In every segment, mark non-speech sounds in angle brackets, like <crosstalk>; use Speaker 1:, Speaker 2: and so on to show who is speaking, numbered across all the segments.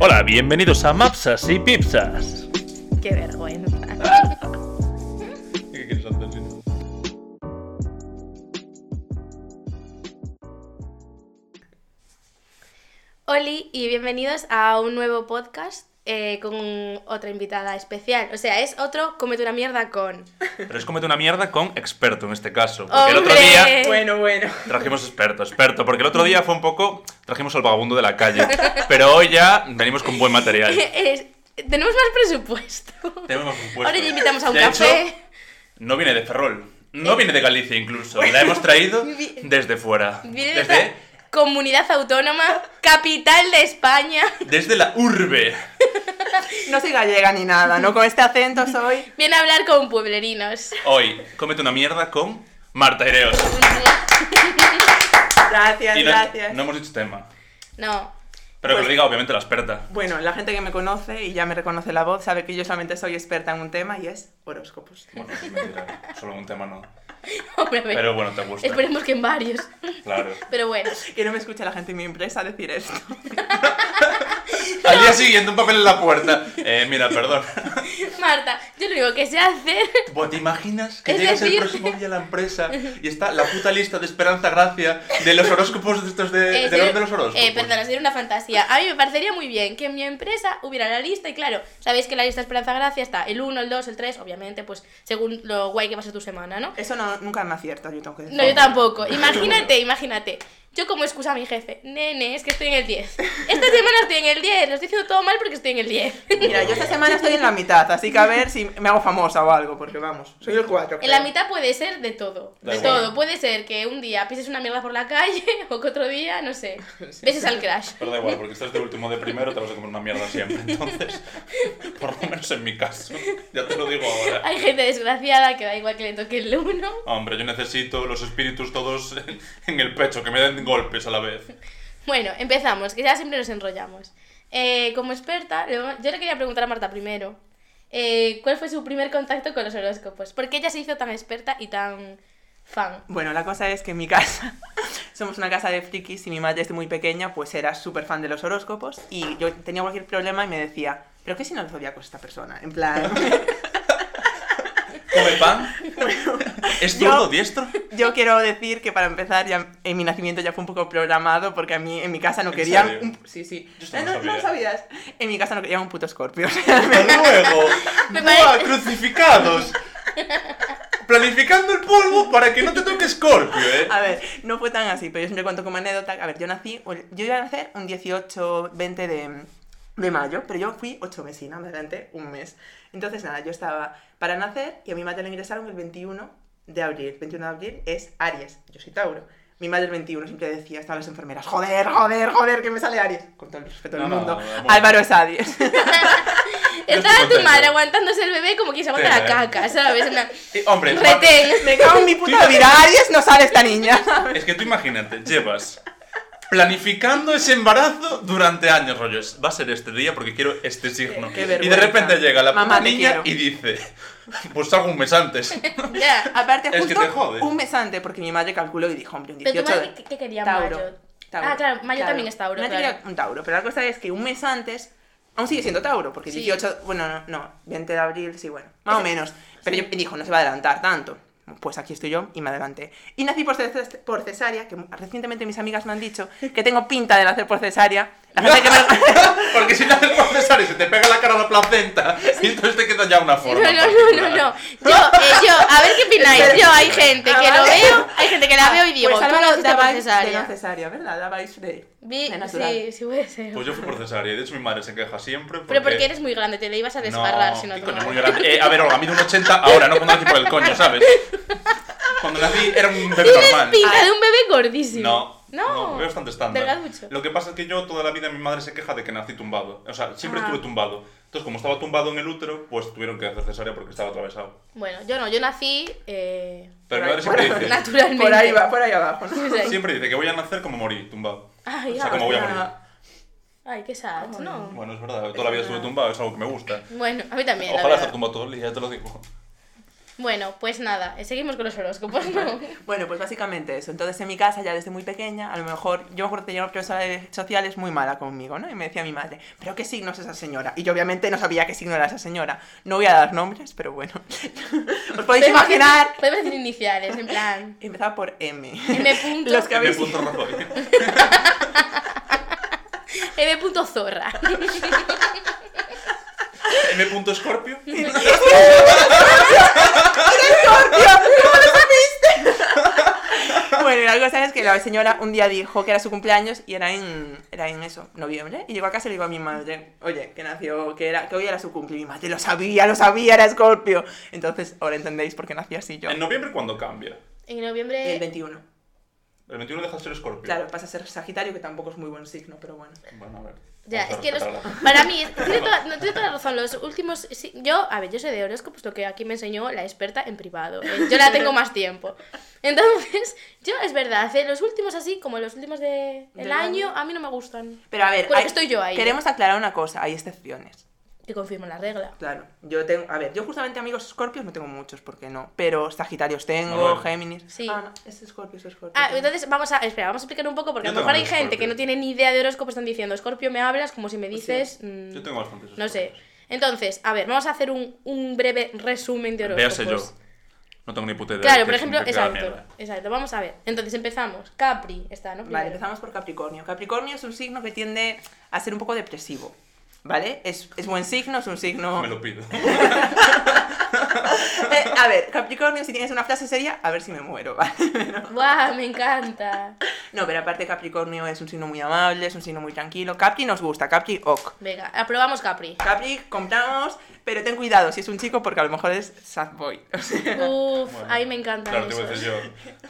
Speaker 1: Hola, bienvenidos a Mapsas y Pipsas.
Speaker 2: Qué vergüenza. Oli y bienvenidos a un nuevo podcast eh, con otra invitada especial. O sea, es otro Comete una mierda con.
Speaker 1: Pero es comete una mierda con experto en este caso. Porque el otro
Speaker 2: ¡Hombre!
Speaker 1: día
Speaker 3: Bueno, bueno.
Speaker 1: trajimos experto, experto. Porque el otro día fue un poco. Trajimos al vagabundo de
Speaker 2: <laughs>
Speaker 1: la calle. Pero hoy ya venimos con buen material.
Speaker 2: Es- tenemos más presupuesto.
Speaker 1: Tenemos un puesto.
Speaker 2: Ahora ya invitamos a un
Speaker 1: De hecho,
Speaker 2: café.
Speaker 1: no viene de Ferrol. No viene de Galicia incluso. La hemos
Speaker 2: <laughs>
Speaker 1: traído
Speaker 2: Vi-
Speaker 1: desde fuera.
Speaker 2: Viene de
Speaker 1: Desde,
Speaker 2: otra comunidad autónoma, capital de España.
Speaker 1: desde la urbe.
Speaker 3: No soy gallega ni nada, ¿no? Con este acento soy.
Speaker 2: Viene a hablar con pueblerinos.
Speaker 1: Hoy, comete una mierda con Marta Ireos.
Speaker 3: Gracias,
Speaker 1: Y no,
Speaker 3: gracias.
Speaker 1: no hemos dicho tema.
Speaker 2: No.
Speaker 1: Pero que
Speaker 3: Pues-
Speaker 1: lo diga obviamente la experta.
Speaker 3: Bueno, la gente que me conoce y ya me reconoce la voz sabe que yo solamente soy experta en un tema y es horóscopos.
Speaker 1: Bueno, es mentira, solo un tema no.
Speaker 2: Pues <laughs> Hombre, a ver.
Speaker 1: Pero bueno, te gusta.
Speaker 2: Esperemos que en varios. <laughs>
Speaker 1: Claro.
Speaker 2: Pero
Speaker 1: <laughs>
Speaker 2: bueno.
Speaker 3: Que no me escucha la gente en mi empresa decir esto.
Speaker 1: Al día siguiente un papel en la puerta. Eh, mira, perdón.
Speaker 2: Marta, yo lo único que sé hacer
Speaker 1: Buah, ¿Te imaginas que
Speaker 2: Es
Speaker 1: llegas
Speaker 2: decir-
Speaker 1: el próximo día a
Speaker 2: <laughs>
Speaker 1: la empresa y está la puta lista de Esperanza Gracia de los horóscopos de estos de,
Speaker 2: Eh,
Speaker 1: de los
Speaker 2: ser-
Speaker 1: de los horóscopos?
Speaker 2: Eh, perdón, sería una fantasía. A mí me parecería muy bien que en mi empresa hubiera la lista y claro, sabéis que en la lista Esperanza Gracia está el 1, el 2, el 3, obviamente, pues según lo guay que va a ser tu semana,
Speaker 1: Eh,
Speaker 2: ¿no?
Speaker 3: Eso no, nunca me acierta, yo tengo que decir.
Speaker 2: No, yo
Speaker 1: <laughs>
Speaker 2: tampoco. Imagínate, imagínate. Yo como excusa a mi jefe, nene, es que estoy en el
Speaker 1: <laughs>
Speaker 2: 10. Esta semana estoy en el 10, lo estoy haciendo todo mal porque estoy en el 10.
Speaker 3: Mira, yo esta semana estoy en la mitad, así que a ver si me hago famosa o algo, porque vamos, soy el 4.
Speaker 2: En la mitad puede ser de todo.
Speaker 1: Da
Speaker 2: De
Speaker 1: igual.
Speaker 2: todo. Puede ser que un día pises una mierda por la calle <laughs> o que otro día, no
Speaker 1: <laughs>
Speaker 2: sé, beses al crash.
Speaker 1: Pero da igual, porque estás de último de primero, te vas a comer una mierda siempre. Entonces, por lo menos en mi caso, ya te lo digo ahora.
Speaker 2: Hay gente desgraciada que da igual que le toque el 1.
Speaker 1: Hombre, yo necesito los espíritus todos en- en el pecho, que me den golpes a la vez.
Speaker 2: Bueno, empezamos, que ya siempre nos enrollamos. Eh, como experta, le vamos- yo le quería preguntar a Marta primero, eh, ¿cuál fue su primer contacto con los horóscopos? ¿Por qué ella se hizo tan experta y tan
Speaker 1: <laughs>
Speaker 2: fan? <laughs>
Speaker 3: Bueno, la cosa es que en mi <laughs> casa somos una casa de frikis y mi madre desde muy pequeña pues era súper fan de los horóscopos y yo tenía cualquier problema y me decía, pero ¿qué si no el zodiaco es esta persona? En plan, <laughs>
Speaker 1: ¿Come pan? ¿Es
Speaker 3: yo-
Speaker 1: zurdo, <laughs> diestro?
Speaker 3: yo quiero decir que para empezar ya en mi nacimiento ya fue un poco programado porque a mí en mi casa no
Speaker 1: ¿En
Speaker 3: querían...
Speaker 1: serio?
Speaker 3: un- Sí, sí.
Speaker 1: Yo esto
Speaker 3: Eh,
Speaker 1: no
Speaker 3: No,
Speaker 1: lo
Speaker 3: no lo
Speaker 1: sabía.
Speaker 3: sabías. En mi casa no querían un puto
Speaker 1: <laughs>
Speaker 3: escorpio.
Speaker 1: ¡Hasta luego!
Speaker 2: Me
Speaker 1: ¡Buah,
Speaker 2: parece-
Speaker 1: crucificados! Planificando el polvo para que no te toque Scorpio, ¿eh?
Speaker 3: A ver, no fue tan así, pero yo siempre cuento como anécdota. A ver, yo nací, yo iba a nacer un 18, 20 de, de mayo, pero yo fui 8 vecina, me adelanté un mes. Entonces, nada, yo estaba para nacer y a mi madre le ingresaron el 21 de abril. 21 de abril es Aries, yo soy Tauro. Mi madre el 21 siempre decía, estaban las enfermeras, joder, joder, joder, que me sale Aries. Con todo el respeto
Speaker 1: No,
Speaker 3: del
Speaker 1: no,
Speaker 3: mundo.
Speaker 1: no, no.
Speaker 3: Álvaro es <laughs> Aries.
Speaker 2: Estaba tu
Speaker 1: contento.
Speaker 2: madre aguantándose el bebé como quien se aguanta
Speaker 1: Sí,
Speaker 2: la
Speaker 1: <laughs> eh.
Speaker 2: caca, ¿sabes? En plan,
Speaker 1: Eh, hombre,
Speaker 2: Retén.
Speaker 3: me cago en mi puta vida, Aries no sale esta niña.
Speaker 1: es que tú imagínate, llevas planificando ese embarazo durante años, rollos. Va a ser este día porque quiero este signo.
Speaker 3: Qué
Speaker 1: y de
Speaker 3: vergüenza.
Speaker 1: repente llega la puta
Speaker 3: Mamá, te
Speaker 1: niña
Speaker 3: quiero.
Speaker 1: y dice, pues hago un
Speaker 2: <laughs>
Speaker 1: mes antes.
Speaker 2: Ya.
Speaker 3: <laughs> Aparte,
Speaker 1: Es que
Speaker 3: justo
Speaker 1: te jode.
Speaker 3: un mes antes, porque mi madre calculó y dijo, hombre, un
Speaker 2: Pero
Speaker 3: 18
Speaker 2: tu madre,
Speaker 3: de-
Speaker 2: ¿qué- ¿qué quería
Speaker 3: Tauro.
Speaker 2: Mayo?
Speaker 3: Tauro.
Speaker 2: Ah, claro, Mayo también es Tauro, <laughs>
Speaker 3: Mi madre
Speaker 2: claro.
Speaker 3: quería un Tauro, pero la cosa es que un mes antes, aún sigue siendo Tauro, porque
Speaker 2: Sí.
Speaker 3: 18, bueno, no, no, 20 de abril, sí, bueno, más o
Speaker 2: Ese-
Speaker 3: menos. Pero yo dijo, no se va a adelantar tanto. Pues aquí estoy yo y me adelanté. Y nací por, ces- por cesárea, que recientemente mis amigas me han dicho que tengo pinta de nacer por cesárea. La
Speaker 2: <laughs>
Speaker 3: gente que me...
Speaker 1: <laughs>
Speaker 3: <laughs>
Speaker 1: porque si te haces procesar y se te pega la cara a la placenta, y entonces te queda ya
Speaker 2: <laughs>
Speaker 1: una
Speaker 2: No,
Speaker 1: forma.
Speaker 2: no, no, no,
Speaker 3: <laughs>
Speaker 2: no. Yo, eh, yo, a ver qué opináis. Yo, hay gente que lo veo, hay gente que la veo y digo,
Speaker 3: Ah, pues
Speaker 2: tú
Speaker 3: Álvaro,
Speaker 2: no estás
Speaker 3: dabais de no
Speaker 2: cesárea.
Speaker 3: cesárea, ¿verdad? Dabais de,
Speaker 2: Vi-
Speaker 3: de natural.
Speaker 2: Sí, sí puede ser.
Speaker 1: Pues yo fui por cesárea, y de hecho mi madre se queja siempre porque...
Speaker 2: Pero porque eres muy grande, te le ibas a desbarrar si no
Speaker 1: qué
Speaker 2: te
Speaker 1: coño,
Speaker 2: matas.
Speaker 1: muy
Speaker 2: <laughs>
Speaker 1: grande. Eh, a ver, Olga, mide un 80 ahora, no cuando nací por el coño, ¿sabes? Cuando nací era un bebé normal.
Speaker 2: Pinta
Speaker 3: Ah.
Speaker 2: de un bebé gordísimo.
Speaker 1: No, no,
Speaker 2: No.
Speaker 1: veo bastante estándar.
Speaker 2: Delgaducho.
Speaker 1: Lo que pasa es que yo toda la vida mi madre se queja de que nací tumbado. O sea, siempre
Speaker 3: Ah.
Speaker 1: estuve tumbado. Entonces, como estaba tumbado en el útero, pues tuvieron que hacer cesárea porque estaba atravesado.
Speaker 2: Bueno, yo no, yo nací
Speaker 1: <laughs>
Speaker 2: eh,
Speaker 1: Pero mi madre
Speaker 3: Por ahí-
Speaker 1: siempre
Speaker 3: por ahí-
Speaker 2: <laughs>
Speaker 1: dice,
Speaker 2: naturalmente.
Speaker 3: Por ahí va, por ahí abajo. ¿no?
Speaker 2: O sea,
Speaker 1: siempre dice que voy a nacer como morí, tumbado.
Speaker 2: Ay,
Speaker 1: o sea,
Speaker 2: ya.
Speaker 1: como voy a morir.
Speaker 3: Ah,
Speaker 2: Ay, qué sad, ¿no?
Speaker 1: Bueno, es verdad, toda la vida estuve tumbado, es algo que me gusta.
Speaker 2: Bueno, a mí también. la
Speaker 1: Ojalá
Speaker 2: verdad.
Speaker 1: estar tumbado todo el día, ya te lo digo.
Speaker 2: Bueno, pues nada, eh, seguimos con los horóscopos, ¿no?
Speaker 3: Bueno, pues básicamente eso. Entonces en mi casa ya desde muy pequeña, a lo mejor yo me acuerdo que tenía una profesora de sociales muy mala conmigo, ¿no? Y me decía mi madre, pero ¿qué signo es esa señora? Y yo obviamente no sabía qué signo era esa señora. No voy a dar nombres, pero bueno. <laughs> Os podéis
Speaker 2: Podemos decir-
Speaker 3: imaginar.
Speaker 2: Podemos decir iniciales, en plan.
Speaker 3: Empezaba por M.
Speaker 2: M. Punto,
Speaker 3: Los que
Speaker 1: M.
Speaker 3: habéis...
Speaker 1: punto ¿eh?
Speaker 2: <laughs>
Speaker 1: Rajoy.
Speaker 2: M. punto zorra.
Speaker 1: M.
Speaker 2: <laughs>
Speaker 1: punto Scorpio.
Speaker 2: <laughs>
Speaker 3: Bueno, y la cosa es que la señora un día dijo que era su cumpleaños y era en, era en eso, noviembre. Y llegó a casa y le digo a mi madre, oye, que nació, que, era, que hoy era su cumple. Y mi madre lo sabía, lo sabía, era Escorpio. Entonces, ahora entendéis por qué nací así yo.
Speaker 1: En noviembre, ¿cuándo cambia?
Speaker 2: En noviembre.
Speaker 3: El 21.
Speaker 1: El 21 deja de ser Scorpio.
Speaker 3: Claro, pasa a ser Sagitario, que tampoco es muy buen signo, pero bueno.
Speaker 1: Bueno, a ver.
Speaker 2: Ya,
Speaker 1: Vamos a
Speaker 2: es que los-
Speaker 1: respetarla.
Speaker 2: para mí, tiene toda, no, tiene toda la razón. Los últimos. sí, yo, a ver, yo soy de horóscopos, lo que aquí me enseñó la experta en privado. eh, Yo la tengo más tiempo. Entonces, yo, es verdad, eh, los últimos así, como los últimos de, del
Speaker 3: Del
Speaker 2: año,
Speaker 3: año.
Speaker 2: a mí no me gustan.
Speaker 3: Pero a ver,
Speaker 2: Bueno,
Speaker 3: hay-
Speaker 2: estoy yo ahí.
Speaker 3: Queremos aclarar una cosa, hay excepciones.
Speaker 2: Que confirmo la regla.
Speaker 3: Claro, yo tengo, a ver, yo justamente amigos escorpios no tengo muchos, porque no, pero Sagitarios tengo,
Speaker 1: Bueno.
Speaker 3: Géminis.
Speaker 2: Sí.
Speaker 3: Ah, no, es Escorpio, es Escorpio.
Speaker 2: Ah, entonces vamos a. Espera, vamos a explicar un poco, porque
Speaker 1: Yo
Speaker 2: a lo mejor hay
Speaker 1: tengo
Speaker 2: gente
Speaker 1: Scorpio.
Speaker 2: que no tiene ni idea de horóscopos, están diciendo, Scorpio, me hablas, como si me dices. mm,
Speaker 1: Yo tengo bastantes.
Speaker 2: no sé.
Speaker 1: Scorpios.
Speaker 2: Entonces, a ver, vamos a hacer un, un breve resumen de horóscopos.
Speaker 1: Véase yo. No tengo ni puta idea.
Speaker 2: Claro,
Speaker 1: de
Speaker 2: por
Speaker 1: qué
Speaker 2: ejemplo,
Speaker 1: significa la
Speaker 2: exacto,
Speaker 1: mierda.
Speaker 2: exacto, vamos a ver. Entonces empezamos. Capri está, ¿no?
Speaker 3: Vale,
Speaker 2: Primero.
Speaker 3: empezamos por Capricornio. Capricornio es un signo que tiende a ser un poco depresivo, ¿vale? Es, es buen signo, es
Speaker 1: <laughs>
Speaker 3: un signo...
Speaker 1: Me
Speaker 2: <laughs>
Speaker 1: lo pido.
Speaker 3: <laughs> Eh, a ver, Capricornio, si tienes una frase seria, a ver si me muero, <laughs> ¿vale?
Speaker 2: ¡Guau! Me encanta.
Speaker 3: No, pero aparte Capricornio es un signo muy amable, es un signo muy tranquilo. Capri nos gusta, Capri, ok.
Speaker 2: Venga, aprobamos Capri.
Speaker 3: Capri, compramos, pero ten cuidado si es un chico porque a lo mejor es sad boy. <laughs> O sea,
Speaker 2: Uf,
Speaker 1: Bueno,
Speaker 2: ahí me encanta.
Speaker 1: Claro, te voy a decir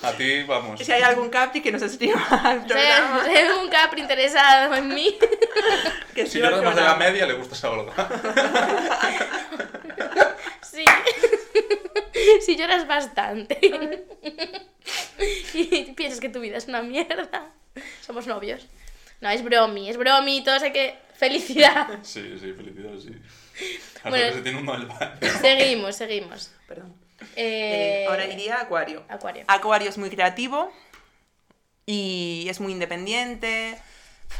Speaker 1: yo. A ti, vamos.
Speaker 3: si hay algún Capri que nos escriba al
Speaker 2: <laughs>
Speaker 3: programa,
Speaker 2: un Capri interesado en mí. <laughs>
Speaker 3: que
Speaker 1: Si
Speaker 3: escriba
Speaker 1: yo
Speaker 3: al
Speaker 1: más de la
Speaker 3: programa.
Speaker 1: media, le gustas a Olga.
Speaker 2: Sí. <laughs> Si lloras bastante. <laughs> Y piensas que tu vida es una mierda. Somos novios. No, es bromi, es bromi, todos hay que. ¡Felicidad!
Speaker 1: <laughs> Sí, sí, felicidades, sí. A
Speaker 2: Bueno.
Speaker 1: ver, se tiene uno del baño.
Speaker 2: <laughs> Seguimos, seguimos.
Speaker 3: Perdón.
Speaker 2: Eh,
Speaker 3: Eh, ahora iría a Acuario.
Speaker 2: Acuario.
Speaker 3: Acuario es muy creativo y es muy independiente.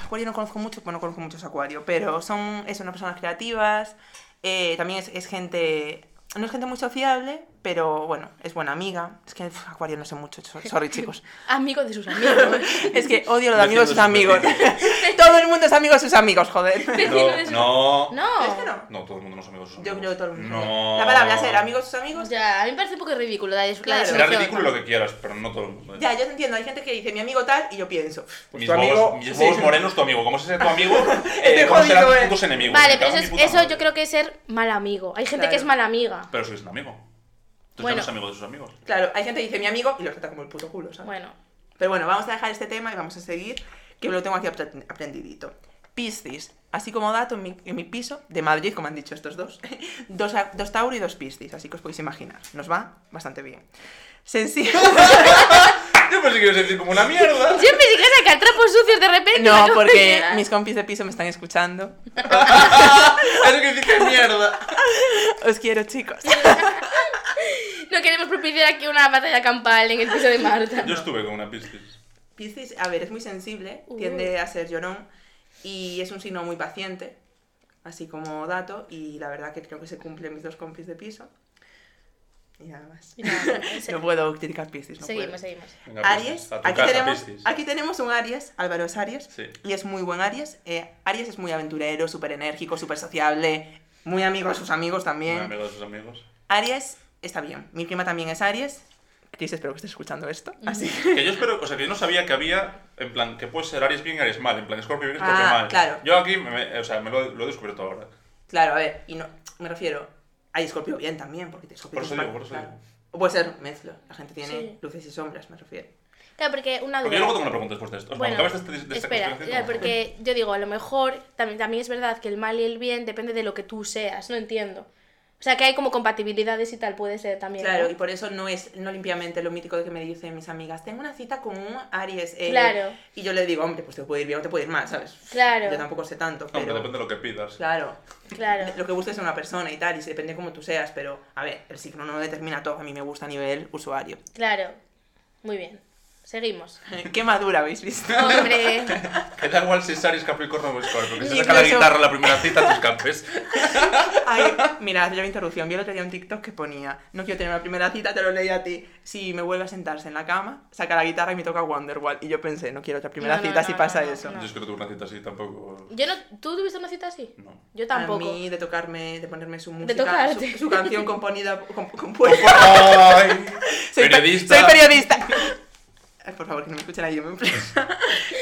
Speaker 3: Acuario no conozco mucho, bueno, no conozco muchos Acuario, pero son, es unas personas creativas. eh, también es, es gente, no es gente muy sociable, pero bueno, es buena amiga. Es que uf, Acuario no sé mucho, so- sorry chicos.
Speaker 2: Amigo de sus amigos. <laughs>
Speaker 3: Es que odio lo de amigos de sus amigos.
Speaker 1: Vecinos
Speaker 3: Todo el mundo es amigo de sus amigos, joder.
Speaker 2: Vecino
Speaker 1: No, no.
Speaker 2: No.
Speaker 3: <laughs> ¿Es que no?
Speaker 1: No, todo el mundo no es amigo de sus amigos.
Speaker 3: Yo creo que todo el mundo.
Speaker 1: No.
Speaker 3: La palabra ser amigo de sus amigos.
Speaker 2: Ya, a mí me parece un poco ridículo la, des- la
Speaker 3: Claro.
Speaker 1: Será
Speaker 2: definición.
Speaker 1: ridículo lo que quieras, pero no todo el mundo. ¿eh?
Speaker 3: Ya, yo te entiendo, hay gente que dice mi amigo tal y yo pienso, pues
Speaker 1: Mis
Speaker 3: tu amigo.
Speaker 1: bobos, mis
Speaker 3: sí.
Speaker 1: bobos morenos, tu amigo. ¿Cómo
Speaker 2: <laughs>
Speaker 1: es ese tu amigo? <laughs> Eh,
Speaker 3: Este
Speaker 1: ¿Cómo serán
Speaker 3: jodido,
Speaker 1: tus
Speaker 3: eh.
Speaker 1: putos enemigos?
Speaker 2: Vale,
Speaker 1: Me
Speaker 2: pero
Speaker 1: cago en
Speaker 2: eso,
Speaker 1: mi
Speaker 2: es-
Speaker 1: puta
Speaker 2: eso
Speaker 1: madre.
Speaker 2: yo creo que es ser mal amigo. Hay gente que es
Speaker 3: Claro.
Speaker 2: mala amiga.
Speaker 1: Pero si es un amigo. Tú
Speaker 2: Bueno.
Speaker 1: ya no es amigo de sus amigos.
Speaker 3: Claro, hay gente que dice mi amigo y lo trata como el puto culo, ¿sabes?
Speaker 2: Bueno,
Speaker 3: Pero bueno, vamos a dejar este tema y vamos a seguir, que lo tengo aquí apre- aprendidito. Piscis, así como dato en mi, en mi piso de Madrid, como han dicho estos dos, <laughs> dos, a- dos Tauro y dos Piscis, así que os podéis imaginar. Nos va bastante bien. Sensible.
Speaker 1: Yo pensé que ibas a decir como una
Speaker 2: <laughs>
Speaker 1: mierda.
Speaker 2: siempre si quieres sacar trapos sucios de repente.
Speaker 3: <laughs> No,
Speaker 2: ¿cómo
Speaker 3: porque
Speaker 2: será?
Speaker 3: mis compis de piso me están escuchando.
Speaker 1: <laughs> Eso que dices mierda.
Speaker 3: Os quiero, chicos.
Speaker 2: No queremos propiciar aquí una batalla campal en el piso de Marta.
Speaker 1: Yo estuve con una piscis.
Speaker 3: Piscis, a ver, es muy sensible,
Speaker 2: Uh.
Speaker 3: tiende a ser llorón y es un signo muy paciente, así como dato, y la verdad que creo que se cumplen mis dos compis de piso. Y nada más.
Speaker 2: Y
Speaker 1: <laughs>
Speaker 2: nada, se-
Speaker 3: <laughs> No puedo criticar Piscis, no
Speaker 2: seguimos,
Speaker 3: puedo.
Speaker 2: seguimos.
Speaker 1: Venga,
Speaker 3: Aries,
Speaker 1: Piscis, a tu
Speaker 3: aquí,
Speaker 1: casa,
Speaker 3: tenemos,
Speaker 1: Piscis.
Speaker 3: aquí tenemos un Aries, Álvaro es Aries,
Speaker 1: Sí.
Speaker 3: y es muy buen Aries. Eh, Aries es muy aventurero, súper enérgico, súper sociable, muy amigo de sus amigos
Speaker 1: Un
Speaker 3: también.
Speaker 1: amigo de sus amigos.
Speaker 3: Aries está bien, mi prima también es Aries. Cris, espero que estés escuchando esto. Así.
Speaker 1: Que yo espero, o sea, que yo no sabía que había, en plan, que puede ser Aries bien y Aries mal, en plan, Scorpio bien y Scorpio
Speaker 3: Ah,
Speaker 1: mal.
Speaker 3: claro.
Speaker 1: Yo aquí, me- me- o sea, me lo, lo he descubierto ahora.
Speaker 3: Claro, a ver, y no, me refiero, hay Escorpio bien también, porque Escorpio
Speaker 1: Por eso
Speaker 3: es
Speaker 1: digo,
Speaker 3: mal,
Speaker 1: por eso
Speaker 3: claro.
Speaker 1: digo.
Speaker 3: O puede ser mezcla, la gente tiene
Speaker 2: Sí.
Speaker 3: luces y sombras, me refiero.
Speaker 2: Claro, porque una duda.
Speaker 1: Porque yo luego tengo una pregunta después de esto. O sea,
Speaker 2: Bueno,
Speaker 1: cuando acabes de este- de esta
Speaker 2: espera, ya,
Speaker 1: clasificación,
Speaker 2: porque yo digo, a lo mejor también, también es verdad que el mal y el bien depende de lo que tú seas, no entiendo. O sea, que hay como compatibilidades y tal, puede ser también. ¿no?
Speaker 3: Claro, y por eso no es no limpiamente lo mítico de que me dicen mis amigas, tengo una cita con un Aries. eh,
Speaker 2: Claro.
Speaker 3: Y yo le digo, hombre, pues te puede ir bien o te puede ir mal, ¿sabes?
Speaker 2: Claro.
Speaker 3: Yo tampoco sé tanto,
Speaker 1: Hombre,
Speaker 3: <laughs> pero...
Speaker 1: depende de lo que pidas.
Speaker 3: Claro.
Speaker 2: Claro.
Speaker 3: Lo que gustes a una persona y tal, y se depende cómo tú seas, pero a ver, el signo no determina todo. A mí me gusta a nivel usuario. <laughs>
Speaker 2: Claro. Muy bien.
Speaker 1: <laughs>
Speaker 2: Seguimos.
Speaker 3: Qué madura habéis visto.
Speaker 2: Hombre.
Speaker 1: Que da igual si es Aries, Capricornio o Escorpio. Que se
Speaker 3: Y
Speaker 1: saca la
Speaker 3: incluso-
Speaker 1: guitarra en la primera cita, te
Speaker 3: <laughs>
Speaker 1: escapes.
Speaker 3: Ay, mira, yo interrupción. Vi el otro día un TikTok que ponía: No quiero tener una primera cita, te lo leí a ti. Si me vuelve a sentarse en la cama, saca la guitarra y me toca Wonderwall. Y yo pensé: No quiero otra primera
Speaker 2: No, no,
Speaker 3: cita
Speaker 2: no,
Speaker 3: si
Speaker 2: no,
Speaker 3: pasa
Speaker 2: no,
Speaker 3: eso.
Speaker 2: no.
Speaker 1: Yo es que no tuve una cita así
Speaker 3: <laughs>
Speaker 1: tampoco.
Speaker 2: Yo no, ¿Tú tuviste una cita así?
Speaker 1: No. <laughs>
Speaker 2: Yo tampoco.
Speaker 3: A mí, de tocarme, de ponerme su música,
Speaker 2: tocarte.
Speaker 3: su, su
Speaker 2: <laughs>
Speaker 3: canción componida, com- compuesta.
Speaker 1: ¡Ay!
Speaker 3: Soy pe-
Speaker 1: Periodista.
Speaker 3: Soy periodista. <laughs> Ay, Por favor, que no me escuchen ahí en
Speaker 2: <laughs>
Speaker 3: mi empresa.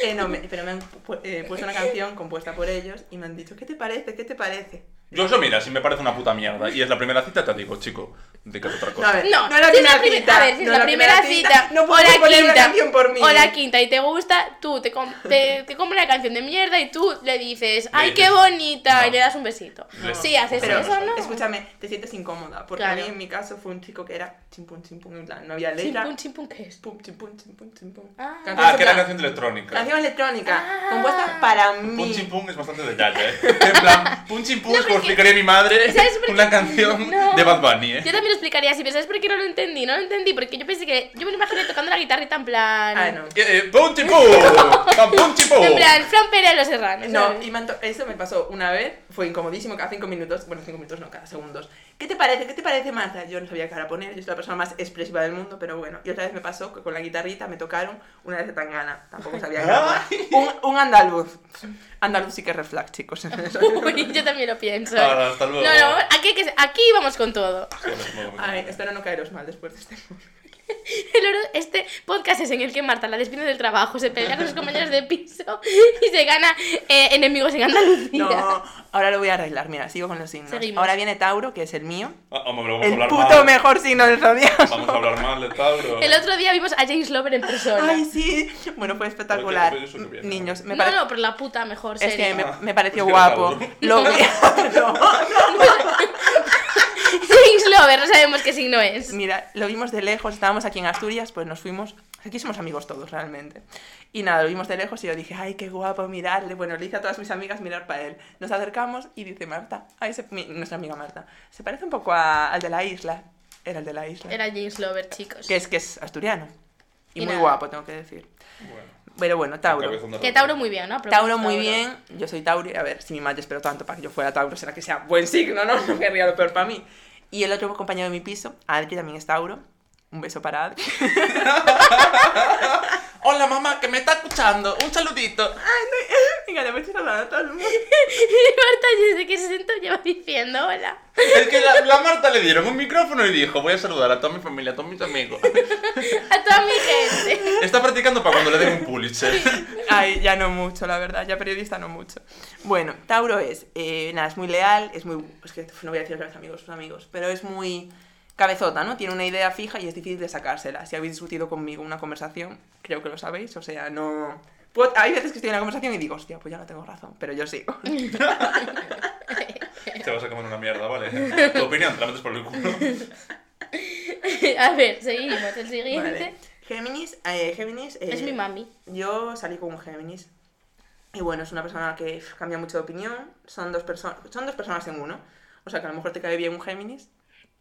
Speaker 3: Eh, no, me- pero me han pu- eh, puesto una canción compuesta por ellos y me han dicho, ¿qué te parece? ¿Qué te parece?
Speaker 1: Yo eso, mira, si me parece una puta mierda y es la primera cita, te digo, chico, dedícate a otra cosa.
Speaker 3: No, a ver,
Speaker 2: No,
Speaker 3: no es la
Speaker 2: si es
Speaker 3: primera
Speaker 2: la prim-
Speaker 3: cita.
Speaker 2: A ver, si es
Speaker 3: no
Speaker 2: la, primera cita,
Speaker 3: no
Speaker 2: o
Speaker 3: puedes
Speaker 2: la
Speaker 3: poner una
Speaker 2: quinta,
Speaker 3: canción por mí.
Speaker 2: o la quinta y te gusta, tú te, com- te, te compras la canción de mierda y tú le dices, ¡ay,
Speaker 1: Le
Speaker 2: qué
Speaker 1: dices-
Speaker 2: bonita!
Speaker 1: No.
Speaker 2: Y le das un besito.
Speaker 1: Le-
Speaker 2: Sí, haces
Speaker 1: Pero-
Speaker 2: eso, ¿no?
Speaker 3: Escúchame, te sientes incómoda, porque
Speaker 2: Claro.
Speaker 3: a mí en mi caso fue un chico que era chimpun chimpun, en plan, no había
Speaker 2: Chimpún,
Speaker 3: letra.
Speaker 2: chimpún, ¿qué es?
Speaker 3: Pum, chimpun chimpun chimpun.
Speaker 2: Ah.
Speaker 3: Canción
Speaker 1: Ah, que era
Speaker 3: sopla-
Speaker 1: canción de electrónica.
Speaker 3: Canción electrónica,
Speaker 2: Ah.
Speaker 3: compuesta para mí.
Speaker 1: Punching Pung es bastante de yaya, ¿eh? En plan, Punching Pung
Speaker 2: No,
Speaker 1: es como
Speaker 2: porque-
Speaker 1: explicaría mi madre
Speaker 2: ¿Sabes por qué?
Speaker 1: una canción
Speaker 2: No.
Speaker 1: de Bad Bunny, ¿eh?
Speaker 2: Yo también lo explicaría así, pero ¿sabes por qué no lo entendí? No lo entendí porque yo pensé que. Yo me lo imaginé tocando la guitarrita en plan.
Speaker 3: Ah, no.
Speaker 1: Eh, eh, Punching Pung! ¡Pan Punching Pung!
Speaker 2: En plan, Fran Pérez de los Serranos. <laughs>
Speaker 3: No,
Speaker 2: ¿sabes?
Speaker 3: y me han to- eso me pasó una vez, fue incomodísimo, cada cinco minutos, bueno, cinco minutos no, cada segundos. ¿Qué te parece? ¿Qué te parece, Marta? Yo no sabía qué hora poner, yo soy la persona más expresiva del mundo, pero bueno. Y otra vez me pasó que con la guitarrita me tocaron una vez de Tangana, tampoco
Speaker 1: <laughs>
Speaker 3: sabía qué era. Un, un andaluz. Andaluz sí que es red
Speaker 2: <laughs>
Speaker 3: flag, chicos. <laughs>
Speaker 2: Uy, yo también lo pienso.
Speaker 1: Ahora, Ah, hasta luego.
Speaker 2: Ah, No, no, aquí, hay que se- aquí vamos con todo. <laughs>
Speaker 3: Ay, espero no caeros mal después de este momento.
Speaker 2: El oro- este podcast es en el que Marta la despiden del trabajo, se pelea con sus compañeros de piso <laughs> y se gana eh, enemigos en Andalucía.
Speaker 3: No, ahora lo voy a arreglar, mira, sigo con los signos.
Speaker 2: Seguimos.
Speaker 3: Ahora viene Tauro, que es el mío.
Speaker 1: Ah, hombre, vamos a
Speaker 3: El
Speaker 1: hablar
Speaker 3: puto
Speaker 1: mal.
Speaker 3: mejor signo del zodiaco.
Speaker 2: <laughs>
Speaker 1: Vamos a hablar mal de Tauro.
Speaker 2: El otro día vimos a James Lover en persona.
Speaker 3: Ay, sí. Bueno, fue espectacular.
Speaker 1: Porque eso no viene.
Speaker 3: Niños, me
Speaker 2: no,
Speaker 3: parece...
Speaker 2: no, por la puta mejor
Speaker 3: Es
Speaker 2: serie.
Speaker 3: que me,
Speaker 1: Ah,
Speaker 3: me pareció
Speaker 1: pues que era
Speaker 3: guapo.
Speaker 1: Tauro.
Speaker 3: Lo vi. <laughs> No.
Speaker 2: <laughs> James Lover, no sabemos qué signo es.
Speaker 3: Mira, lo vimos de lejos, estábamos aquí en Asturias, pues nos fuimos. Aquí somos amigos todos realmente. Y nada, lo vimos de lejos y yo dije, ay, qué guapo, mirarle. Bueno, le hice a todas mis amigas mirar para él. Nos acercamos y dice Marta, ay, se- mi- nuestra amiga Marta, se parece un poco a- al de la isla. Era el de la isla.
Speaker 2: Era James Lover, chicos.
Speaker 3: Que es que es asturiano. Y,
Speaker 2: Y
Speaker 3: muy
Speaker 2: nada.
Speaker 3: guapo, tengo que decir.
Speaker 1: Bueno,
Speaker 3: Pero bueno, Tauro.
Speaker 1: cabezón de
Speaker 2: Que
Speaker 1: ratón.
Speaker 2: Tauro muy bien, ¿no? A propósito,
Speaker 3: Tauro muy
Speaker 2: <laughs>
Speaker 3: bien, yo soy Tauro, y a ver, si mi madre espero tanto para que yo fuera Tauro, será que sea buen signo, ¿no? <laughs> No querría lo peor para mí. Y el otro compañero de mi piso, Adri, también es Tauro. Un beso para Adri.
Speaker 1: Hola mamá, que me está escuchando. Un saludito.
Speaker 3: Venga, le voy a saludar a todo el mundo.
Speaker 2: Marta, desde que se sentó lleva diciendo hola.
Speaker 1: Es que la, la Marta le dieron un micrófono y dijo, voy a saludar a toda mi familia, a todos mis amigos.
Speaker 2: A toda mi gente. <laughs>
Speaker 1: Está practicando para cuando le den un Pulitzer.
Speaker 3: Ay, ya no mucho, la verdad, ya periodista no mucho. Bueno, Tauro es, eh, nada, es muy leal, es muy... Es que no voy a decir otra vez amigos, sus amigos, pero es muy cabezota, ¿no? Tiene una idea fija y es difícil de sacársela. Si habéis discutido conmigo una conversación, creo que lo sabéis, o sea, no... Puedo- Hay veces que estoy en la conversación y digo, hostia, pues ya no tengo razón, pero yo sigo.
Speaker 1: Te vas a comer una mierda, ¿vale? Tu opinión, te la metes por el culo.
Speaker 2: A ver, seguimos. El siguiente
Speaker 3: Vale. Géminis, eh, Géminis...
Speaker 2: es
Speaker 3: eh,
Speaker 2: mi mami.
Speaker 3: Yo salí con un Géminis. Y bueno, es una persona que uf, cambia mucho de opinión. Son dos, personas son dos personas en uno. O sea que a lo mejor te cae bien un Géminis,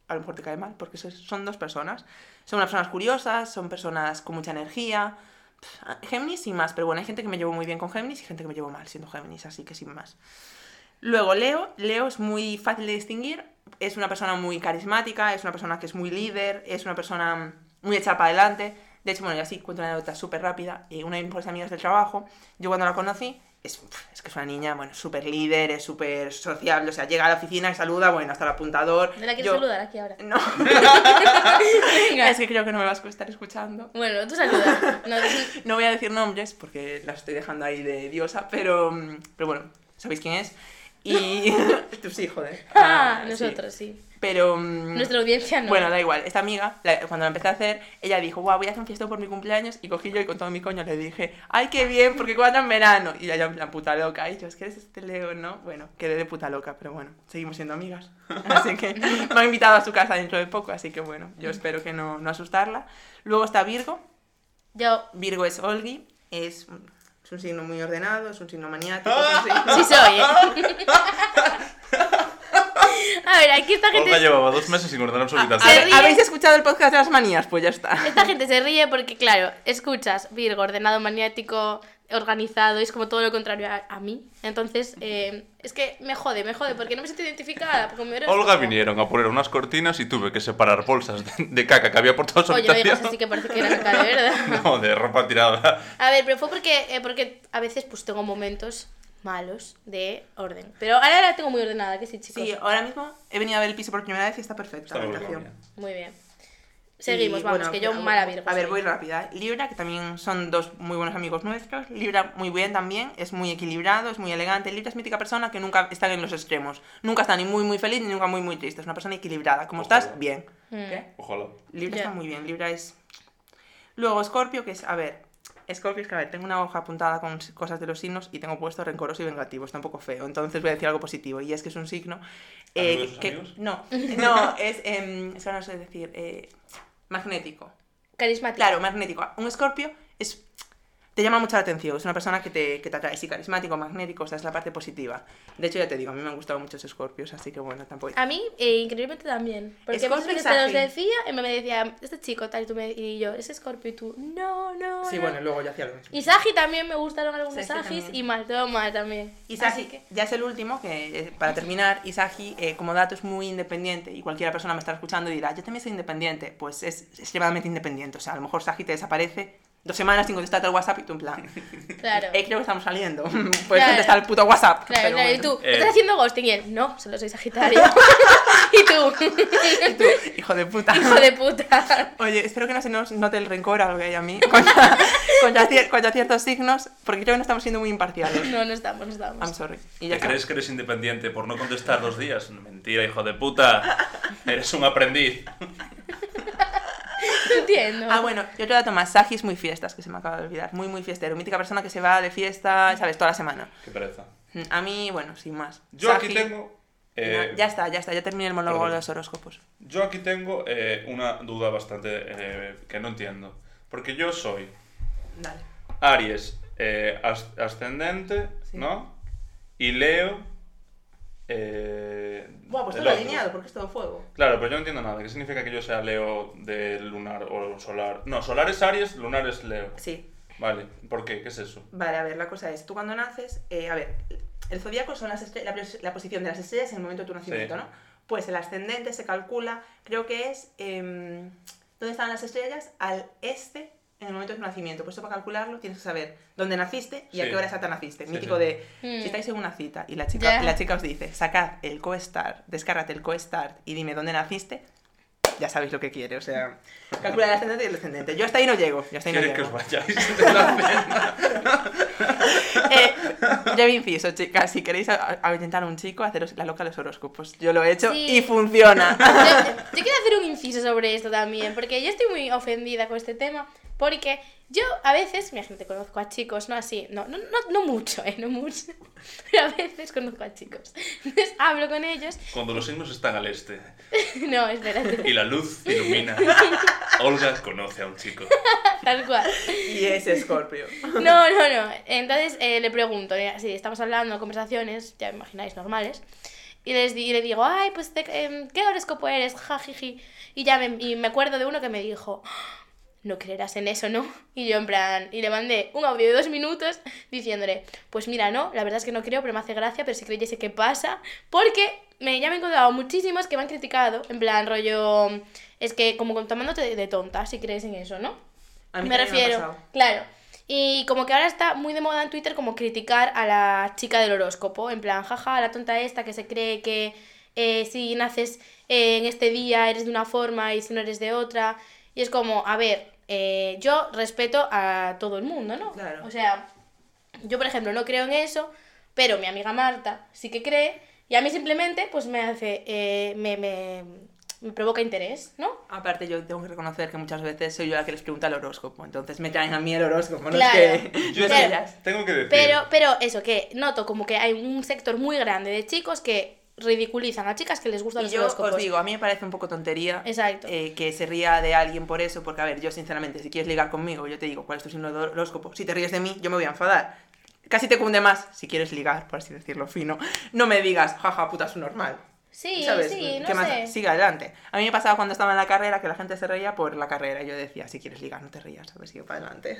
Speaker 3: a lo mejor te cae mal, porque so- son dos personas. Son unas personas curiosas, son personas con mucha energía. Pff, a- Géminis sin más, pero bueno, hay gente que me llevo muy bien con Géminis y gente que me llevo mal siendo Géminis, así que sin más. Luego Leo, Leo es muy fácil de distinguir, es una persona muy carismática, es una persona que es muy líder, es una persona mm, muy hecha para adelante. De hecho, bueno, y así cuento una anécdota súper rápida. Eh, una de mis mejores amigas del trabajo, yo cuando la conocí, es, es que es una niña, bueno, súper líder, es súper sociable, o sea, llega a la oficina y saluda, bueno, hasta el apuntador.
Speaker 2: Me la quiero
Speaker 3: yo-
Speaker 2: saludar aquí ahora. <laughs>
Speaker 3: No, <laughs>
Speaker 2: Venga.
Speaker 3: es Ah, que creo que no me vas a estar escuchando.
Speaker 2: Bueno, tú saluda. No, sí.
Speaker 3: No voy a decir nombres porque las estoy dejando ahí de diosa, pero, mm, pero bueno, sabéis quién es.
Speaker 2: <laughs>
Speaker 3: Y. <laughs> Tú sí, joder.
Speaker 2: Ah,
Speaker 3: Ah, sí.
Speaker 2: nosotros, sí.
Speaker 3: Pero. mm,
Speaker 2: Nuestra audiencia no.
Speaker 3: Bueno, da igual. Esta amiga, la- cuando la empecé a hacer, ella dijo, guau, voy a hacer un fiestón por mi cumpleaños. Y cogí yo y con todo mi coño le dije, ay, qué bien, porque cuadra en verano. Y ella, en plan, puta loca. Y yo, es que eres este Leo, ¿no? Bueno, quedé de puta loca, pero bueno, seguimos siendo amigas. <laughs> Así que me ha invitado a su casa dentro de poco, así que bueno, yo espero que no, no asustarla. Luego está Virgo.
Speaker 2: Yo
Speaker 3: Virgo es Olgi, es, un- es un signo muy ordenado, es un signo maniático. es <laughs> un signo-
Speaker 2: sí soy, ¿eh?
Speaker 3: <laughs>
Speaker 2: <laughs> A ver, aquí esta
Speaker 1: Olga
Speaker 2: gente,
Speaker 1: llevaba dos meses sin ordenar su
Speaker 3: A-
Speaker 1: habitación.
Speaker 2: ríe.
Speaker 3: ¿Habéis escuchado el podcast de las manías? Pues ya está.
Speaker 2: esta gente se ríe porque, claro, escuchas Virgo, ordenado, maniático, organizado, y es como todo lo contrario a, a mí. Entonces, eh, es que me jode, me jode, porque no me siento identificada. Porque me
Speaker 1: Olga vinieron a poner unas cortinas y tuve que separar bolsas de, de caca que había por toda su
Speaker 2: Oye, no
Speaker 1: habitación.
Speaker 2: digas así que parece que era caca, de verdad.
Speaker 1: <laughs> No, de ropa tirada.
Speaker 2: A ver, pero fue porque, eh, porque a veces pues tengo momentos malos de orden. Pero ahora la tengo muy ordenada, que sí, chicos.
Speaker 3: Sí, ahora mismo he venido a ver el piso por primera vez y está perfecta
Speaker 1: Está
Speaker 3: la
Speaker 1: muy
Speaker 3: habitación.
Speaker 1: bien.
Speaker 2: Muy bien. Seguimos,
Speaker 3: Y,
Speaker 2: vamos,
Speaker 3: bueno,
Speaker 2: que yo
Speaker 3: pero-
Speaker 2: mala Virgo.
Speaker 3: A ver,
Speaker 2: soy.
Speaker 3: voy rápida. ¿eh? Libra, que también son dos muy buenos amigos nuestros. Libra muy bien también, es muy equilibrado, es muy elegante. Libra es mítica persona que nunca está en los extremos. Nunca está ni muy muy feliz ni nunca muy muy triste. Es una persona equilibrada. Como
Speaker 1: Ojalá.
Speaker 3: estás, bien.
Speaker 2: Mm.
Speaker 3: ¿Qué?
Speaker 1: Ojalá.
Speaker 3: Libra
Speaker 2: Ya.
Speaker 3: está muy bien, Libra es... Luego Scorpio, que es, a ver, Scorpio es que, a ver, tengo una hoja apuntada con s- cosas de los signos y tengo puesto rencoroso y vengativo, está un poco feo, entonces voy a decir algo positivo, y es que es un signo... eh,
Speaker 1: ¿Amigo de sus amigos?
Speaker 2: <laughs>
Speaker 3: no, no, es, em, es que ahora no sé decir, eh, magnético.
Speaker 2: Carismática.
Speaker 3: Claro, magnético. Un Scorpio es... Te llama mucho la atención, es una persona que te, que te atrae, sí, carismático, magnético, esta es la parte positiva. De hecho, ya te digo, a mí me han gustado mucho los Scorpios, así que bueno, tampoco...
Speaker 2: A mí, eh, increíblemente también. Porque
Speaker 3: Scorpio
Speaker 2: muchas veces
Speaker 3: es
Speaker 2: te los
Speaker 3: ágil.
Speaker 2: decía y me decía, este chico tal, y, tú me, y yo, es Scorpio, y tú, no, no.
Speaker 3: Sí,
Speaker 2: no".
Speaker 3: bueno, luego yo hacía lo mismo.
Speaker 2: Y Sagi también me gustaron algunos
Speaker 3: Sagi
Speaker 2: Sagis
Speaker 3: también.
Speaker 2: y Maltoma también.
Speaker 3: Isagi,
Speaker 2: Así que-
Speaker 3: ya es el último, que eh, para terminar, Isagi eh, como dato es muy independiente y cualquier persona me está escuchando y dirá, yo también soy independiente, pues es extremadamente independiente, o sea, a lo mejor Sagi te desaparece dos semanas sin contestarte al WhatsApp y tú en plan,
Speaker 2: Claro.
Speaker 3: eh, creo que estamos saliendo, <laughs> puedes
Speaker 2: Claro.
Speaker 3: contestar el puto WhatsApp.
Speaker 2: Claro,
Speaker 3: pero
Speaker 2: claro, y
Speaker 3: bueno.
Speaker 2: tú,
Speaker 1: Eh.
Speaker 2: ¿estás haciendo ghosting? Y él, no, solo soy
Speaker 3: <laughs>
Speaker 2: Sagitario. <laughs> y tú,
Speaker 3: Y tú, <laughs> hijo de
Speaker 2: <laughs>
Speaker 3: puta.
Speaker 2: hijo de puta. <laughs>
Speaker 3: Oye, espero que no se nos note el rencor a lo que hay a mí <laughs> contra, contra cier- contra ciertos signos, porque creo que no estamos siendo muy imparciales.
Speaker 2: No, no estamos, no
Speaker 3: I'm
Speaker 2: estamos.
Speaker 3: sorry. Y ya
Speaker 1: ¿Te
Speaker 3: está.
Speaker 1: crees que eres independiente por no contestar dos días? Mentira, hijo de puta. Eres un aprendiz.
Speaker 2: No entiendo.
Speaker 3: Ah, bueno, y otro dato más, Sagi es muy fiestas, que se me acaba de olvidar, muy, muy fiestero, mítica persona que se va de fiesta, sabes, toda la semana.
Speaker 1: Qué pereza.
Speaker 3: Mm, A mí, bueno, sin más.
Speaker 1: Yo
Speaker 3: Sagi-
Speaker 1: aquí tengo. eh,
Speaker 3: No, ya está, ya está, ya terminé el monólogo
Speaker 1: perdón.
Speaker 3: de los horóscopos.
Speaker 1: Yo aquí tengo eh, una duda bastante eh, que no entiendo. Porque yo soy
Speaker 3: Dale.
Speaker 1: Aries eh, as- ascendente,
Speaker 3: Sí.
Speaker 1: ¿no? Y Leo. Eh,
Speaker 3: Bueno, pues
Speaker 1: el
Speaker 3: todo
Speaker 1: otro.
Speaker 3: alineado, porque es todo fuego.
Speaker 1: Claro, pero yo no entiendo nada. ¿Qué significa que yo sea Leo de lunar o solar? No, solar es Aries, lunar es Leo.
Speaker 3: Sí.
Speaker 1: Vale, ¿por qué? ¿Qué es eso?
Speaker 3: Vale, a ver, la cosa es, tú cuando naces, eh, a ver, el zodíaco son las estre- la, pres- la posición de las estrellas en el momento de tu nacimiento,
Speaker 1: Sí.
Speaker 3: ¿no? Pues el ascendente se calcula, creo que es, em, ¿dónde estaban las estrellas? Al este en el momento de tu nacimiento. Por eso para calcularlo tienes que saber dónde naciste y a
Speaker 1: Sí.
Speaker 3: qué hora exacta naciste.
Speaker 1: Sí,
Speaker 3: Mítico
Speaker 1: sí.
Speaker 3: de,
Speaker 2: Mm.
Speaker 3: si estáis en una cita y la chica,
Speaker 2: Ya.
Speaker 3: la chica os dice, sacad el co-start, descárgate el co-start y dime dónde naciste, ya sabéis lo que quiere, o
Speaker 1: <laughs>
Speaker 3: sea, calcula el ascendente y el descendente. Yo hasta ahí no llego, yo hasta ahí no
Speaker 1: ¿Quieres que
Speaker 3: llego.
Speaker 1: os vayáis <laughs> de la cena?
Speaker 3: Eh, breve inciso, chicas. Si queréis a- a- ahuyentar a un chico, haceros la loca a los horóscopos. Yo lo he hecho
Speaker 2: Sí.
Speaker 3: y funciona.
Speaker 2: <laughs> Yo, yo quiero hacer un inciso sobre esto también, porque yo estoy muy ofendida con este tema, porque yo a veces, mira, gente, conozco a chicos, no así, no, no, no, no mucho, eh, no mucho, <laughs> pero a veces conozco a chicos. Entonces hablo con ellos,
Speaker 1: Cuando los signos están al este
Speaker 2: no, espérate, <laughs>
Speaker 1: y la luz
Speaker 3: <laughs>
Speaker 1: ilumina, Olga conoce a un chico.
Speaker 2: tal cual.
Speaker 3: Y es Escorpio.
Speaker 2: <laughs> No, no, no. Entonces eh, le pregunto, eh, si estamos hablando conversaciones, ya me imagináis, normales. Y, les di- y le digo, ay, pues, te- em, ¿qué horóscopo eres? Jajiji. Y ya me, y me acuerdo de uno que me dijo, "Ah, no creerás en eso, ¿no? Y yo en plan, y le mandé un audio de dos minutos diciéndole, pues mira, no, la verdad es que no creo, pero me hace gracia, pero si creyese que pasa, porque me, ya me he encontrado muchísimos que me han criticado, en plan, rollo, es que como tomándote de, de tonta, si crees en eso, ¿no?
Speaker 3: A mí
Speaker 2: me
Speaker 3: también ha
Speaker 2: refiero,
Speaker 3: pasado.
Speaker 2: claro. Y como que ahora está muy de moda en Twitter como criticar a la chica del horóscopo, en plan, jaja, la tonta esta que se cree que eh, si naces eh, en este día eres de una forma y si no eres de otra. Y es como, a ver, eh, yo respeto a todo el mundo, ¿no?
Speaker 3: Claro.
Speaker 2: O sea, yo por ejemplo no creo en eso Pero mi amiga Marta sí que cree y a mí simplemente pues me hace, eh, me, me, me provoca interés, ¿no?
Speaker 3: Aparte, yo tengo que reconocer que muchas veces soy yo la que les pregunta el horóscopo, entonces me traen a mí el horóscopo, no
Speaker 2: Claro.
Speaker 3: es que...
Speaker 1: Yo
Speaker 2: Pero-
Speaker 1: tengo- tengo que decir.
Speaker 2: Pero, pero eso, que noto como que hay un sector muy grande de chicos que ridiculizan a chicas que les gustan
Speaker 3: Y
Speaker 2: los
Speaker 3: yo
Speaker 2: horóscopos.
Speaker 3: os digo, a mí me parece un poco tontería
Speaker 2: Exacto.
Speaker 3: eh, que se ría de alguien por eso, porque a ver, yo sinceramente, si quieres ligar conmigo, yo te digo cuál es tu signo de horóscopo, si te ríes de mí, yo me voy a enfadar. Casi te cunde más, si quieres ligar, por así decirlo fino, no me digas, jaja, puta, es un normal.
Speaker 2: sí,
Speaker 3: ¿Sabes?
Speaker 2: sí, no
Speaker 3: ¿Qué más?
Speaker 2: sé.
Speaker 3: Sigue adelante. A mí me pasaba cuando estaba en la carrera que la gente se reía por la carrera. y Yo decía, si quieres ligar, no te rías, ¿sabes? Sigue para
Speaker 2: <laughs>
Speaker 3: adelante.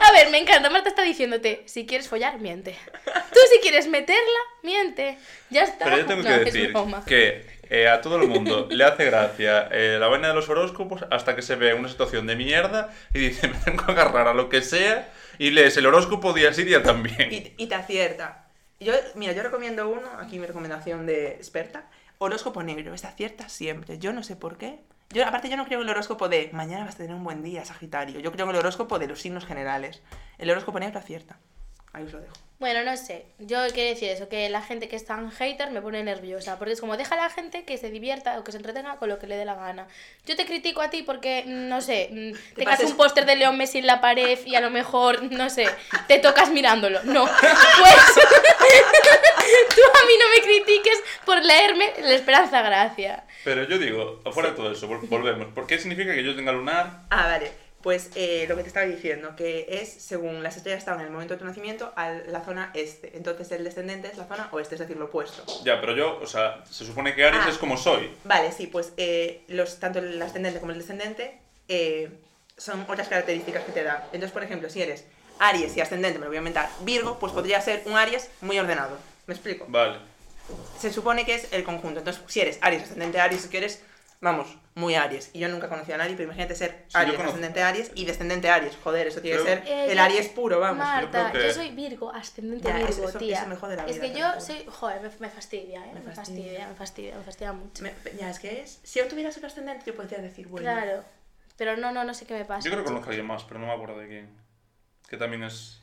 Speaker 2: A ver, me encanta. Marta está diciéndote, si quieres follar, miente. Tú si quieres meterla, miente. Ya está.
Speaker 1: Pero yo tengo
Speaker 2: No,
Speaker 1: que
Speaker 2: es
Speaker 1: decir
Speaker 2: broma.
Speaker 1: que eh, a todo el mundo le hace gracia eh, la vaina de los horóscopos hasta que se ve una situación de mierda y dice, me tengo que agarrar a lo que sea y lees el horóscopo día sí, día también.
Speaker 3: y, y te acierta. Yo, mira, yo recomiendo uno, aquí mi recomendación de experta, horóscopo negro, es acierta siempre. Yo no sé por qué. Yo, aparte, yo no creo en el horóscopo de mañana vas a tener un buen día, Sagitario. Yo creo en el horóscopo de los signos generales. El horóscopo negro acierta. Ahí os lo dejo.
Speaker 2: Bueno, no sé. Yo quiero decir eso, que la gente que es tan hater me pone nerviosa. Porque es como, deja a la gente que se divierta o que se entretenga con lo que le dé la gana. Yo te critico a ti porque, mm, no sé, mm,
Speaker 3: <laughs>
Speaker 2: te
Speaker 3: pases-
Speaker 2: casas un póster de León Messi en la pared y a lo mejor, no sé, te tocas mirándolo. No, <laughs> pues <laughs> tú a mí no me critiques por leerme La Esperanza Gracia.
Speaker 1: Pero yo digo, afuera de todo eso, vol- volvemos. ¿Por qué significa que yo tenga lunar?
Speaker 3: Ah, vale. Pues eh, lo que te estaba diciendo, que es según las estrellas estaban en el momento de tu nacimiento, a la zona este. Entonces el descendente es la zona oeste, es decir, lo opuesto.
Speaker 1: Ya, pero yo, o sea, se supone que Aries
Speaker 3: Ah.
Speaker 1: es como soy.
Speaker 3: Vale, sí, pues eh, los, tanto el ascendente como el descendente eh, son otras características que te dan. Entonces, por ejemplo, si eres Aries y ascendente, me lo voy a inventar, Virgo, pues podría ser un Aries muy ordenado. ¿Me explico?
Speaker 1: Vale.
Speaker 3: Se supone que es el conjunto. Entonces, si eres Aries, ascendente Aries, es que eres, vamos, muy Aries. Y yo nunca conocí a nadie, pero imagínate ser
Speaker 1: Sí, yo
Speaker 3: Aries,
Speaker 1: conozco.
Speaker 3: ascendente Aries y descendente Aries. Joder, eso tiene que
Speaker 1: Pero-
Speaker 3: ser
Speaker 2: Eh,
Speaker 3: el
Speaker 2: yo-
Speaker 3: Aries puro, vamos.
Speaker 2: Marta,
Speaker 1: yo creo que-
Speaker 2: yo soy Virgo, ascendente
Speaker 3: Ya,
Speaker 2: Virgo,
Speaker 3: eso- eso-
Speaker 2: tía.
Speaker 3: eso me jode la
Speaker 2: es
Speaker 3: vida
Speaker 2: que yo
Speaker 3: tampoco.
Speaker 2: soy. Joder, me, me fastidia, ¿eh? Me, fastidia. me fastidia, me fastidia mucho.
Speaker 3: Me- ya, es que es. Si yo tuvieras un ascendente, yo podría decir, bueno.
Speaker 2: Claro. Pero no, no, no sé qué me pasa.
Speaker 1: Yo creo que conozco a alguien más, pero no me acuerdo de quién. Que también es...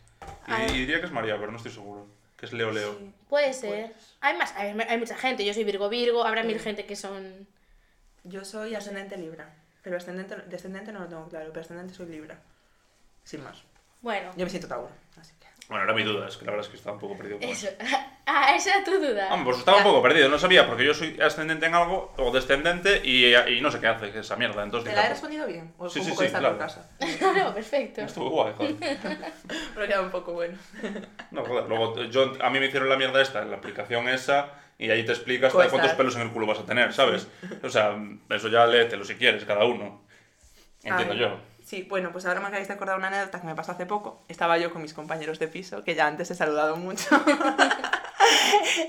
Speaker 1: y-
Speaker 2: Ah.
Speaker 1: Y, diría que es María, pero no estoy seguro. Que es Leo Leo.
Speaker 3: sí.
Speaker 2: Puede ser. Hay más, hay, hay mucha gente. Yo soy Virgo Virgo, habrá mil
Speaker 3: Sí.
Speaker 2: gente que son.
Speaker 3: Yo soy ascendente Libra, pero ascendente, descendente no lo tengo claro, pero ascendente soy Libra. Sin más.
Speaker 2: Bueno,
Speaker 3: Yo me siento Tauro, así que...
Speaker 1: Bueno, era mi duda, es que la verdad es que estaba un poco perdido. con
Speaker 2: eso. <laughs> ah, esa era tu duda.
Speaker 1: Hombre, pues estaba un
Speaker 3: Ya.
Speaker 1: poco perdido, no sabía, porque yo soy ascendente en algo o descendente y, y no sé qué hace esa mierda. Entonces,
Speaker 3: ¿Te la he
Speaker 1: dije, "Ah,
Speaker 3: respondido bien? ¿O
Speaker 1: Sí,
Speaker 3: fue un
Speaker 1: sí, sí,
Speaker 3: poco de estar
Speaker 1: claro.
Speaker 3: por casa?
Speaker 2: <laughs> no, perfecto.
Speaker 1: Estuvo guay, joder.
Speaker 3: <laughs> Pero queda un poco bueno.
Speaker 1: No, joder. Luego, yo, a mí me hicieron la mierda esta, en la aplicación esa, y ahí te explica hasta
Speaker 3: Cosas.
Speaker 1: cuántos pelos en el culo vas a tener, ¿sabes? O sea, eso ya léetelo si quieres, cada uno. Entiendo
Speaker 3: Ah,
Speaker 1: yo.
Speaker 3: Sí, bueno, pues ahora me acabáis de acordar una anécdota que me pasó hace poco. Estaba yo con mis compañeros de piso, que ya antes he
Speaker 1: <laughs>
Speaker 3: saludado mucho.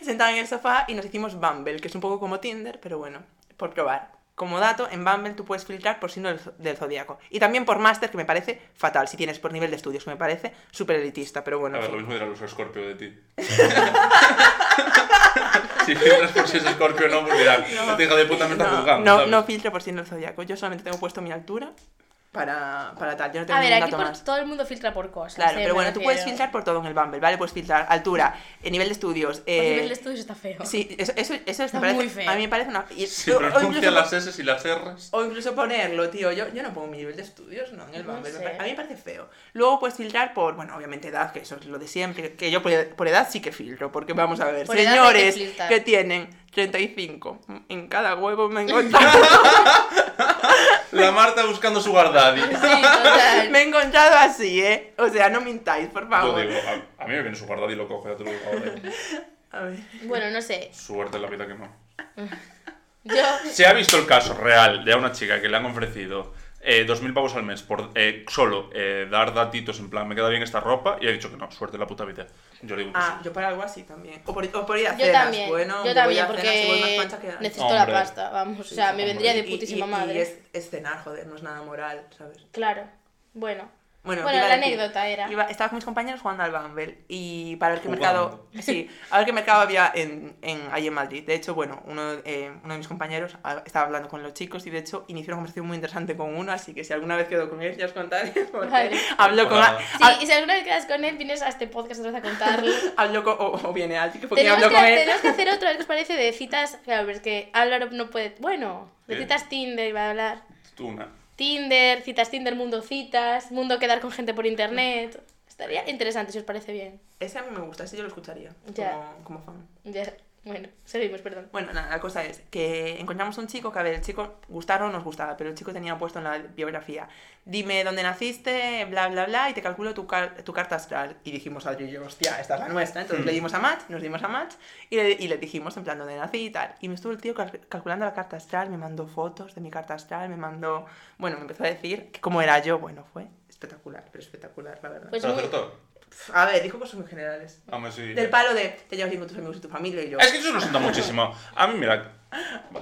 Speaker 3: Sentaba en el sofá y nos hicimos Bumble, que es un poco como Tinder, pero bueno, por probar. Como dato, en Bumble tú puedes filtrar por signo del, zo- del zodiaco. Y también por máster, que me parece fatal, si tienes por nivel de estudios, que me parece súper elitista, pero bueno.
Speaker 1: A
Speaker 3: en
Speaker 1: ver,
Speaker 3: fin.
Speaker 1: lo mismo dirán los Scorpio de ti. <laughs> si filtras por si es Scorpio o no, pues dirán,
Speaker 3: No.
Speaker 1: "Este hijo de puta me está
Speaker 3: no,
Speaker 1: juzgando.
Speaker 3: no,
Speaker 1: ¿sabes?
Speaker 3: no filtro por signo del zodiaco. Yo solamente tengo puesto mi altura para, para tal. Yo no tengo
Speaker 2: A ver,
Speaker 3: ningún
Speaker 2: aquí
Speaker 3: dato
Speaker 2: por-
Speaker 3: más.
Speaker 2: todo el mundo filtra por cosas.
Speaker 3: Claro,
Speaker 2: eh,
Speaker 3: pero
Speaker 2: me
Speaker 3: bueno, tú puedes
Speaker 2: refiero.
Speaker 3: filtrar por todo en el Bumble, ¿vale? Puedes filtrar altura, eh, nivel de estudios.
Speaker 2: Por
Speaker 3: eh,
Speaker 2: nivel de estudios está feo. <laughs>
Speaker 3: Sí, eso, eso, eso es- me
Speaker 2: Está
Speaker 3: parece-
Speaker 2: muy feo.
Speaker 3: A mí me parece una. y-
Speaker 1: Si
Speaker 3: o- o
Speaker 1: pronuncias
Speaker 3: incluso-
Speaker 1: las S y las R's.
Speaker 3: o incluso ponerlo, tío. Yo, yo no pongo mi nivel de estudios, no, en el
Speaker 2: No
Speaker 3: Bumble. me
Speaker 2: sé.
Speaker 3: pare- A mí me parece feo. Luego puedes filtrar por, bueno, obviamente edad, que eso es lo de siempre. Que yo por, ed- por edad sí que filtro, porque vamos a ver,
Speaker 2: Por edad hay que
Speaker 3: señores
Speaker 2: filtrar.
Speaker 3: que tienen 35 en cada
Speaker 2: <laughs>
Speaker 3: huevo me he encontrado.
Speaker 1: La Marta buscando su guardadi.
Speaker 2: Sí,
Speaker 3: <laughs>
Speaker 2: total.
Speaker 3: Me he encontrado así, ¿eh? O sea, no mintáis, por
Speaker 1: Yo
Speaker 3: favor.
Speaker 1: digo, a, a mí me viene su guardadi y lo cojo, ya te lo digo ahora.
Speaker 3: A ver.
Speaker 2: <laughs> Bueno, no sé.
Speaker 1: eh. Suerte en la vida que no.
Speaker 2: <laughs> Yo.
Speaker 1: Se ha visto el caso real de una chica que le han ofrecido eh, 2.000 pavos al mes por eh, solo eh, dar datitos en plan, me queda bien esta ropa, y ha dicho que no, suerte en la puta vida. Yo digo "Pues que
Speaker 3: Ah,
Speaker 1: sí.
Speaker 3: yo por algo así también. O por, o por ir a
Speaker 2: Yo
Speaker 3: cenas.
Speaker 2: también,
Speaker 3: Bueno,
Speaker 2: yo
Speaker 3: voy a
Speaker 2: también,
Speaker 3: cenas y voy más
Speaker 2: porque
Speaker 3: pancha que-
Speaker 2: necesito
Speaker 1: Hombre.
Speaker 2: la pasta, vamos, o sea, me
Speaker 1: hombre.
Speaker 2: vendría de
Speaker 3: Y- y-
Speaker 2: putísima
Speaker 3: y
Speaker 2: madre.
Speaker 3: es, es cenar, joder, no es nada moral, ¿sabes?
Speaker 2: Claro, bueno,
Speaker 3: Bueno,
Speaker 2: Bueno,
Speaker 3: iba a
Speaker 2: la
Speaker 3: decir-
Speaker 2: anécdota era.
Speaker 3: iba- estaba con mis compañeros jugando al Bumble y para ver qué
Speaker 1: Jugando.
Speaker 3: mercado. Sí, a ver qué mercado había en, en, ahí en Madrid. De hecho, bueno, uno, eh, uno de mis compañeros ah, estaba hablando con los chicos y de hecho inició una conversación muy interesante con uno, así que si alguna vez quedo con él, ya os contaré. <laughs> Porque
Speaker 2: Vale.
Speaker 3: habló con.
Speaker 1: Ojalá.
Speaker 2: Sí, y si alguna vez quedas con él, vienes a este podcast otra vez a contarlo.
Speaker 3: <laughs> Habló con. O, o viene alguien que fue quien
Speaker 2: tenemos,
Speaker 3: habló
Speaker 2: que,
Speaker 3: con él.
Speaker 2: tenemos que hacer otro, a ver qué os parece, de citas. Claro, pero es que Álvaro no puede. Bueno, de
Speaker 1: ¿Qué?
Speaker 2: citas Tinder iba a hablar.
Speaker 1: Tú una.
Speaker 2: Tinder, citas Tinder, mundo citas, mundo quedar con gente por internet. Estaría interesante si os parece bien.
Speaker 3: Ese a mí me gusta, ese yo lo escucharía
Speaker 2: Ya.
Speaker 3: como- como fan.
Speaker 2: Ya, bueno, seguimos, perdón.
Speaker 3: Bueno, nada, la cosa es que encontramos un chico que, a ver, el chico gustara o nos gustaba, pero el chico tenía puesto en la biografía, dime dónde naciste, bla, bla, bla, y te calculo tu, car- tu carta astral. Y dijimos, Adri y yo, hostia, esta es la nuestra. Entonces
Speaker 1: Mm.
Speaker 3: le dimos a Match, nos dimos a Match, y le, y le dijimos en plan dónde nací y tal. Y me estuvo el tío cal- calculando la carta astral, me mandó fotos de mi carta astral, me mandó... Bueno, me empezó a decir que cómo era yo. Bueno, fue espectacular, pero espectacular, la verdad.
Speaker 2: Pues
Speaker 1: ¿Te
Speaker 2: muy-
Speaker 1: acertó?
Speaker 3: a ver, dijo cosas muy generales.
Speaker 1: Hombre, sí.
Speaker 3: Del palo de, te llevas bien con tus amigos y tu familia, y yo...
Speaker 1: Es que eso nos sienta muchísimo. A mí, mira.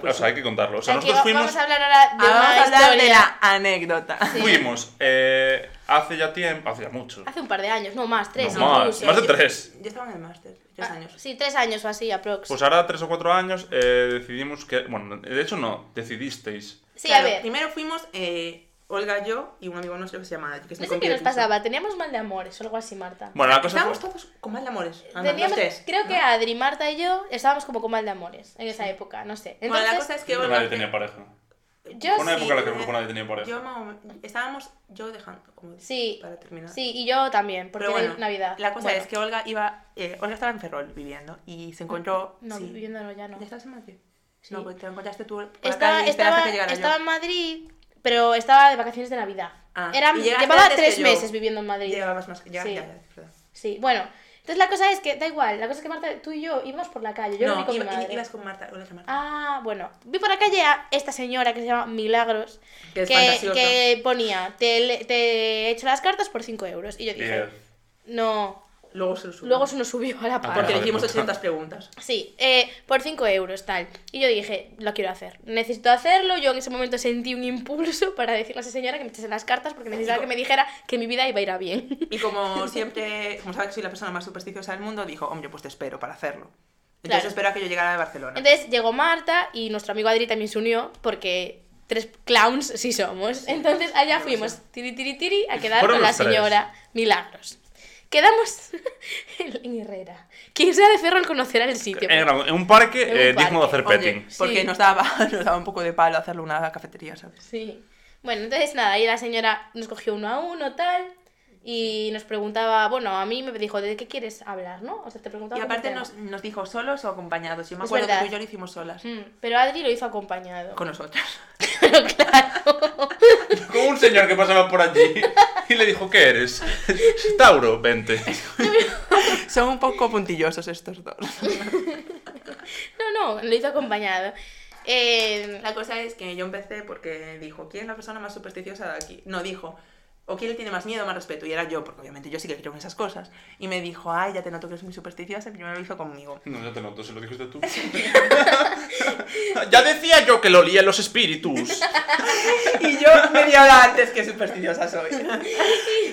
Speaker 1: O sea, hay que contarlo. O sea,
Speaker 2: Aquí
Speaker 1: nosotros
Speaker 2: Pues va-
Speaker 1: fuimos.
Speaker 2: Vamos a hablar ahora de
Speaker 3: Ah,
Speaker 2: una
Speaker 3: vamos a hablar de
Speaker 2: historia.
Speaker 3: la anécdota.
Speaker 2: Sí.
Speaker 1: Fuimos eh, hace ya tiempo. Hace ya mucho.
Speaker 2: Hace un par de años, no más, tres.
Speaker 1: No, más,
Speaker 2: incluso.
Speaker 1: más de tres.
Speaker 3: Yo estaba en el máster, tres
Speaker 2: Ah,
Speaker 3: años.
Speaker 2: Sí, tres años o así, aprox.
Speaker 1: Pues ahora, tres o cuatro años, eh, decidimos que. Bueno, de hecho, no. Decidisteis.
Speaker 2: sí,
Speaker 3: Claro,
Speaker 2: a ver.
Speaker 3: Primero fuimos eh, Olga, yo y un amigo nuestro que se llama Adri, que es mi
Speaker 2: No sé qué
Speaker 3: compañero
Speaker 2: nos
Speaker 3: de curso.
Speaker 2: pasaba, teníamos mal de amores o algo así, Marta.
Speaker 1: Bueno, la cosa
Speaker 3: Estábamos
Speaker 1: fue.
Speaker 3: todos con mal de amores. Anda,
Speaker 2: Teníamos,
Speaker 3: los tres,
Speaker 2: creo
Speaker 3: ¿no?
Speaker 2: que Adri, Marta y yo estábamos como con mal de amores en esa época, no sé.
Speaker 3: Bueno,
Speaker 2: Entonces,
Speaker 3: la cosa es que Olga.
Speaker 1: Nadie tenía pareja.
Speaker 2: yo
Speaker 1: Fue una
Speaker 2: sí,
Speaker 1: época en la que tampoco nadie tenía pareja.
Speaker 3: Yo más o menos- Estábamos yo dejando, como
Speaker 2: Sí.
Speaker 3: para terminar.
Speaker 2: sí, y yo también, porque
Speaker 3: Pero bueno,
Speaker 2: era Navidad.
Speaker 3: La cosa
Speaker 2: Bueno,
Speaker 3: es que Olga iba. eh, Olga estaba en Ferrol viviendo y se encontró.
Speaker 2: No,
Speaker 3: sí.
Speaker 2: viviendo no, ya no.
Speaker 3: ¿Ya estabas en Madrid?
Speaker 2: Sí.
Speaker 3: No, pues te encontraste tú. Por
Speaker 2: Estaba,
Speaker 3: la calle, esperaste
Speaker 2: estaba,
Speaker 3: que llegara yo.
Speaker 2: estaba en Madrid, pero estaba de vacaciones de Navidad.
Speaker 3: Ah,
Speaker 2: Era,
Speaker 3: y llegaste
Speaker 2: llevaba
Speaker 3: antes que
Speaker 2: tres
Speaker 3: yo.
Speaker 2: meses viviendo en Madrid.
Speaker 3: Llegabas más. Ya,
Speaker 2: Sí.
Speaker 3: ya, ya, perdón.
Speaker 2: Sí, bueno. Entonces la cosa es que, da igual, la cosa es que Marta, tú y yo íbamos por la calle, yo no,
Speaker 3: no,
Speaker 2: con
Speaker 3: iba-
Speaker 2: mi madre.
Speaker 3: ibas con Marta. Hola, Marta.
Speaker 2: Ah, bueno. Vi por la calle a esta señora que se llama Milagros,
Speaker 3: Que es
Speaker 2: que,
Speaker 3: fantasiosa.
Speaker 2: que ponía, te, le- te echo las cartas por 5 euros. Y yo dije,
Speaker 1: Diez.
Speaker 2: no.
Speaker 3: Luego se lo subo.
Speaker 2: Luego se nos subió a la
Speaker 1: Ah,
Speaker 2: par.
Speaker 3: Porque le
Speaker 1: Joder,
Speaker 3: hicimos
Speaker 1: puta.
Speaker 3: 800 preguntas.
Speaker 2: Sí, eh, por 5 euros, tal. Y yo dije, lo quiero hacer. Necesito hacerlo. Yo en ese momento sentí un impulso para decirle a esa señora que me echase las cartas porque necesitaba que me dijera que mi vida iba a ir a bien. <laughs>
Speaker 3: Y como siempre, como sabe que soy la persona más supersticiosa del mundo, dijo, hombre, pues te espero para hacerlo. Entonces
Speaker 2: Claro.
Speaker 3: espero a que yo llegara de Barcelona.
Speaker 2: Entonces llegó Marta y nuestro amigo Adri también se unió porque tres clowns sí somos. Entonces allá
Speaker 3: no lo
Speaker 2: fuimos,
Speaker 3: sé.
Speaker 2: tiri tiri tiri, a quedar
Speaker 1: Fueron
Speaker 2: con la
Speaker 1: los tres.
Speaker 2: señora Milagros. Quedamos <laughs> en en Herrera. Quien sea de Ferrol conocerá el sitio.
Speaker 1: Era un parque
Speaker 2: En un
Speaker 1: eh,
Speaker 2: parque.
Speaker 1: digno de hacer <laughs>
Speaker 3: Oye,
Speaker 1: petting.
Speaker 3: porque
Speaker 2: Sí.
Speaker 3: nos, daba, <laughs> nos daba un poco de palo hacerlo una cafetería, ¿sabes?
Speaker 2: Sí. Bueno, entonces nada, ahí la señora nos cogió uno a uno, tal. Y nos preguntaba, bueno, a mí me dijo, ¿de qué quieres hablar, no? O sea, te preguntaba.
Speaker 3: Y
Speaker 2: cómo
Speaker 3: aparte
Speaker 2: te
Speaker 3: nos, nos dijo, ¿solos o acompañados? Yo me
Speaker 2: Es
Speaker 3: acuerdo que
Speaker 2: verdad. Mm.
Speaker 3: tú y yo lo hicimos solas.
Speaker 2: llamas. Mm, Pero Adri lo hizo acompañado.
Speaker 3: Con nosotras. <laughs>
Speaker 2: Pero <laughs> claro.
Speaker 1: Con un señor que pasaba por allí y le dijo, ¿qué eres? <laughs> Tauro, vente. <laughs>
Speaker 3: Son un poco puntillosos estos dos.
Speaker 2: No, no, lo hizo acompañado. Eh,
Speaker 3: La cosa es que yo empecé porque dijo, ¿quién es la persona más supersticiosa de aquí? No, dijo, ¿o quién le tiene más miedo, más respeto? Y era yo, porque obviamente yo sí que creo en esas cosas. Y me dijo, ay, ya te noto que eres muy supersticiosa, y primero lo hizo conmigo.
Speaker 1: No, ya te noto, se lo dijiste tú. <laughs> ya decía yo que lo olía los espíritus.
Speaker 3: Y yo media hora antes que supersticiosa soy. <laughs>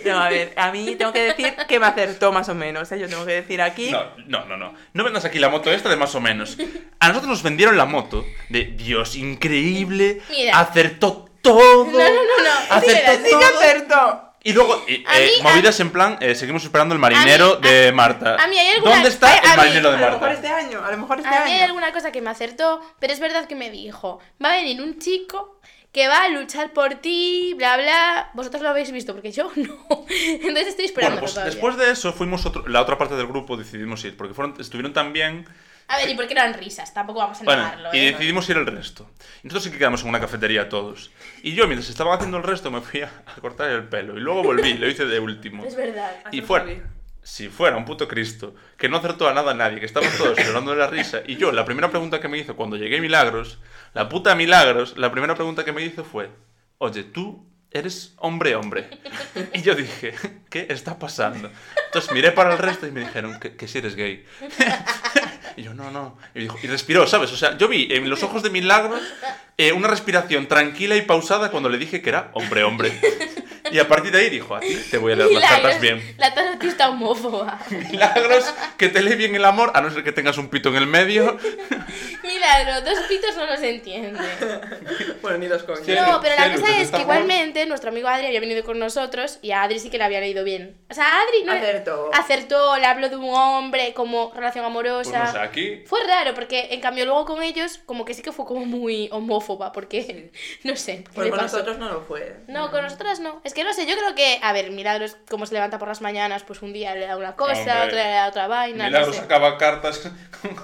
Speaker 3: No, a ver, a mí tengo que decir que me acertó más o menos. ¿eh? Yo tengo que decir aquí.
Speaker 1: No, no, no, no. No vendas aquí la moto esta de más o menos. A nosotros nos vendieron la moto de Dios, increíble,
Speaker 2: Mira.
Speaker 1: acertó todo.
Speaker 2: No, no, no, no.
Speaker 1: Acertó
Speaker 2: Espera,
Speaker 3: ¡Sí que
Speaker 1: todo.
Speaker 3: acertó!
Speaker 1: Y luego, eh,
Speaker 2: A
Speaker 1: eh,
Speaker 2: mí-
Speaker 1: movidas en plan, eh, seguimos esperando el marinero
Speaker 2: a-
Speaker 1: de Marta.
Speaker 2: a mí hay alguna-
Speaker 1: ¿Dónde está
Speaker 2: hay- a
Speaker 1: el
Speaker 2: mí-
Speaker 1: marinero de
Speaker 3: A lo mejor
Speaker 1: Marta?
Speaker 3: este año, a lo mejor este
Speaker 2: A mí hay
Speaker 3: año.
Speaker 2: alguna cosa que me acertó, pero es verdad que me dijo, va a venir un chico que va a luchar por ti, bla, bla. Vosotros lo habéis visto, porque yo <laughs> no. Entonces estoy esperando
Speaker 1: Bueno, pues
Speaker 2: todavía.
Speaker 1: después de eso fuimos otro, la otra parte del grupo decidimos ir, porque fueron, estuvieron tan bien.
Speaker 2: A ver, ¿y por qué eran risas? Tampoco vamos a
Speaker 1: Bueno,
Speaker 2: negarlo,
Speaker 1: y
Speaker 2: ¿eh?
Speaker 1: decidimos ir el resto. Y Nosotros sí que quedamos en una cafetería todos. Y yo, mientras estaban haciendo el resto, me fui a, a cortar el pelo. Y luego volví, lo hice de último.
Speaker 2: Es verdad.
Speaker 1: Y
Speaker 3: no
Speaker 1: fuera,
Speaker 3: sabía.
Speaker 1: si fuera un puto Cristo, que no acertó a nada a nadie, que estábamos todos llorando de la risa, y yo, la primera pregunta que me hizo cuando llegué a Milagros, la puta Milagros, la primera pregunta que me hizo fue, oye, tú eres hombre hombre. Y yo dije, ¿qué está pasando? Entonces miré para el resto y me dijeron que, que si eres gay. <laughs> Y yo, no, no. Y, dijo, y respiró, ¿sabes? O sea, yo vi en los ojos de Milagros eh, una respiración tranquila y pausada cuando le dije que era hombre hombre. Y a partir de ahí dijo, a ti te voy a
Speaker 2: <laughs>
Speaker 1: leer las
Speaker 2: Milagros,
Speaker 1: cartas bien.
Speaker 2: La tarotista homófoba. <laughs>
Speaker 1: Milagros, que te lee bien el amor, a no ser que tengas un pito en el medio.
Speaker 2: Milagro, dos pitos no los entiende.
Speaker 3: Bueno, ni los coños.
Speaker 1: Sí.
Speaker 2: No, pero la
Speaker 1: Celu,
Speaker 2: cosa
Speaker 1: ¿dónde
Speaker 2: es
Speaker 1: está
Speaker 2: que
Speaker 1: Juan?
Speaker 2: igualmente nuestro amigo Adri había venido con nosotros y a Adri sí que le había leído bien. O sea, a Adri no
Speaker 3: Acertó.
Speaker 2: acertó, le habló de un hombre como relación
Speaker 1: Pues
Speaker 2: amorosa.
Speaker 1: no sé, aquí.
Speaker 2: Fue raro porque en cambio luego con ellos como que sí que fue como muy homófoba porque <laughs> no sé. ¿qué
Speaker 3: Pues
Speaker 2: le
Speaker 3: con
Speaker 2: pasó?
Speaker 3: nosotros no lo fue.
Speaker 2: No, con nosotras no. Es que no sé, yo creo que, a ver, Milagros como se levanta por las mañanas, pues un día le da una cosa,
Speaker 1: Hombre.
Speaker 2: otro día le da otra vaina.
Speaker 1: Milagros
Speaker 2: no sé.
Speaker 1: sacaba cartas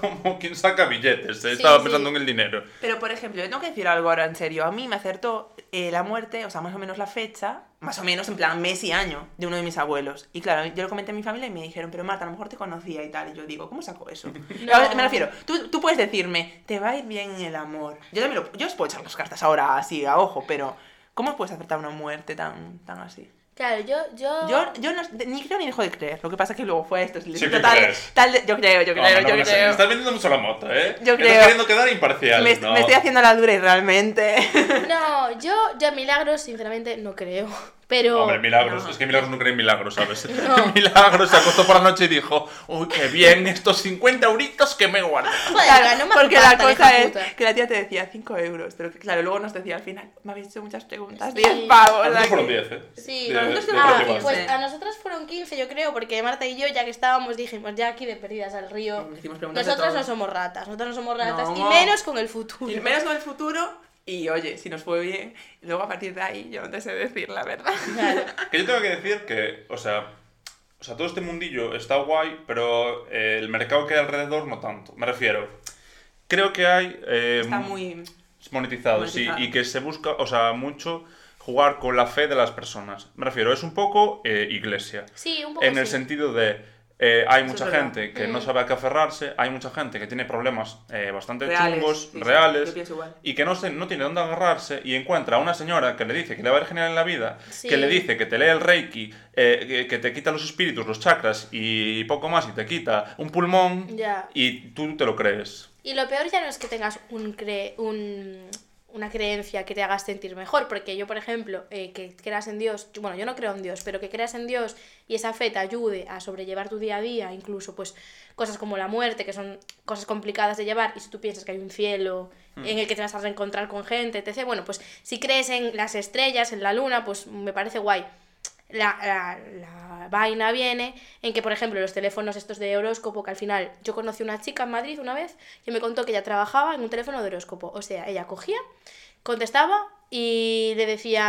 Speaker 1: como quien saca billetes. eh,
Speaker 2: Sí,
Speaker 1: Estaba
Speaker 2: sí.
Speaker 1: pensando en el dinero.
Speaker 3: Pero, por ejemplo, yo tengo que decir algo ahora en serio. A mí me acertó eh, la muerte, o sea, más o menos la fecha, más o menos en plan mes y año, de uno de mis abuelos. Y claro, yo lo comenté a mi familia y me dijeron, pero Marta, a lo mejor te conocía y tal. Y yo digo, ¿cómo saco eso? A ver, Me refiero, tú, tú puedes decirme, te va a ir bien el amor. Yo también lo, yo os puedo echar las cartas ahora así, a ojo, pero ¿cómo puedes acertar una muerte tan, tan así?
Speaker 2: Claro, yo, yo...
Speaker 3: Yo, yo no- ni creo ni dejo de creer. Lo que pasa es que luego fue esto.
Speaker 1: Sí que
Speaker 3: tal,
Speaker 1: crees.
Speaker 3: tal de- yo creo, yo creo,
Speaker 1: Ah, No, no,
Speaker 3: yo
Speaker 1: no, me sé, me
Speaker 3: creo.
Speaker 1: Estás vendiendo mucho la moto, ¿eh?
Speaker 3: Yo creo.
Speaker 1: Estás queriendo quedar imparcial.
Speaker 3: Me-
Speaker 1: no.
Speaker 3: me estoy haciendo la dura y realmente.
Speaker 2: <laughs>
Speaker 3: <laughs>
Speaker 2: No, yo, yo a Milagros sinceramente no creo. Pero...
Speaker 1: Hombre, milagros.
Speaker 3: No.
Speaker 1: Es que milagros no creen milagros, ¿sabes?
Speaker 2: No.
Speaker 1: <laughs> Milagros se acostó por la noche y dijo, uy, qué bien estos 50 euritos que me guardo.
Speaker 2: Joder,
Speaker 3: Claro,
Speaker 2: no me
Speaker 3: porque
Speaker 2: hace
Speaker 3: la
Speaker 2: falta,
Speaker 3: cosa
Speaker 2: hija
Speaker 3: es
Speaker 2: puta.
Speaker 3: que la tía te decía 5 euros, pero que, claro, luego nos decía al final, me habéis hecho muchas preguntas,
Speaker 2: Sí.
Speaker 3: 10 pavos.
Speaker 1: A nosotros
Speaker 3: aquí".
Speaker 1: fueron 10, ¿eh?
Speaker 2: Sí,
Speaker 1: De-
Speaker 3: Pero nosotros
Speaker 1: de
Speaker 3: tenemos
Speaker 2: Ah,
Speaker 1: precio
Speaker 3: quince.
Speaker 1: base.
Speaker 2: pues a nosotros fueron 15, yo creo, porque Marta y yo, ya que estábamos, dijimos, ya aquí de perdidas al río.
Speaker 3: Hicimos preguntas de
Speaker 2: Nosotras
Speaker 3: todo.
Speaker 2: no somos ratas, nosotras no somos ratas. Y
Speaker 3: No.
Speaker 2: menos con el futuro.
Speaker 3: Y menos con el futuro, y oye, si nos fue bien, y luego a partir de ahí yo no te sé decir la verdad.
Speaker 2: Claro.
Speaker 1: Que yo tengo que decir que, o sea, o sea, todo este mundillo está guay, pero eh, el mercado que hay alrededor no tanto. Me refiero, creo que hay... eh,
Speaker 3: Está muy...
Speaker 1: monetizado, sí,
Speaker 3: Monetizado.
Speaker 1: y que se busca, o sea, mucho jugar con la fe de las personas. Me refiero, es un poco eh, iglesia.
Speaker 2: <laughs> Sí, un poco
Speaker 1: En el
Speaker 2: sí.
Speaker 1: sentido de eh, hay
Speaker 3: Eso es
Speaker 1: mucha
Speaker 3: verdad.
Speaker 1: gente que no
Speaker 2: Mm.
Speaker 1: sabe a qué aferrarse, hay mucha gente que tiene problemas eh, bastante
Speaker 3: Reales,
Speaker 1: chungos,
Speaker 3: sí, sí,
Speaker 1: reales,
Speaker 3: yo pienso igual.
Speaker 1: y que no, se, no tiene dónde agarrarse y encuentra a una señora que le dice que le va a ir genial en la vida,
Speaker 2: Sí.
Speaker 1: que le dice que te lee el reiki, eh, que- que te quita los espíritus, los chakras y poco más, y te quita un pulmón,
Speaker 2: Ya.
Speaker 1: y tú te lo crees.
Speaker 2: Y lo peor ya no es que tengas un cre- un- una creencia que te hagas sentir mejor, porque yo, por ejemplo, eh, que creas en Dios, yo- bueno, yo no creo en Dios, pero que creas en Dios y esa fe te ayude a sobrellevar tu día a día, incluso pues cosas como la muerte, que son cosas complicadas de llevar, y si tú piensas que hay un cielo en el que te vas a reencontrar con gente, etc., bueno, pues si crees en las estrellas, en la luna, pues me parece guay la, la- la vaina viene en que, por ejemplo, los teléfonos estos de horóscopo, que al final yo conocí una chica en Madrid una vez que me contó que ella trabajaba en un teléfono de horóscopo. O sea, ella cogía, contestaba y le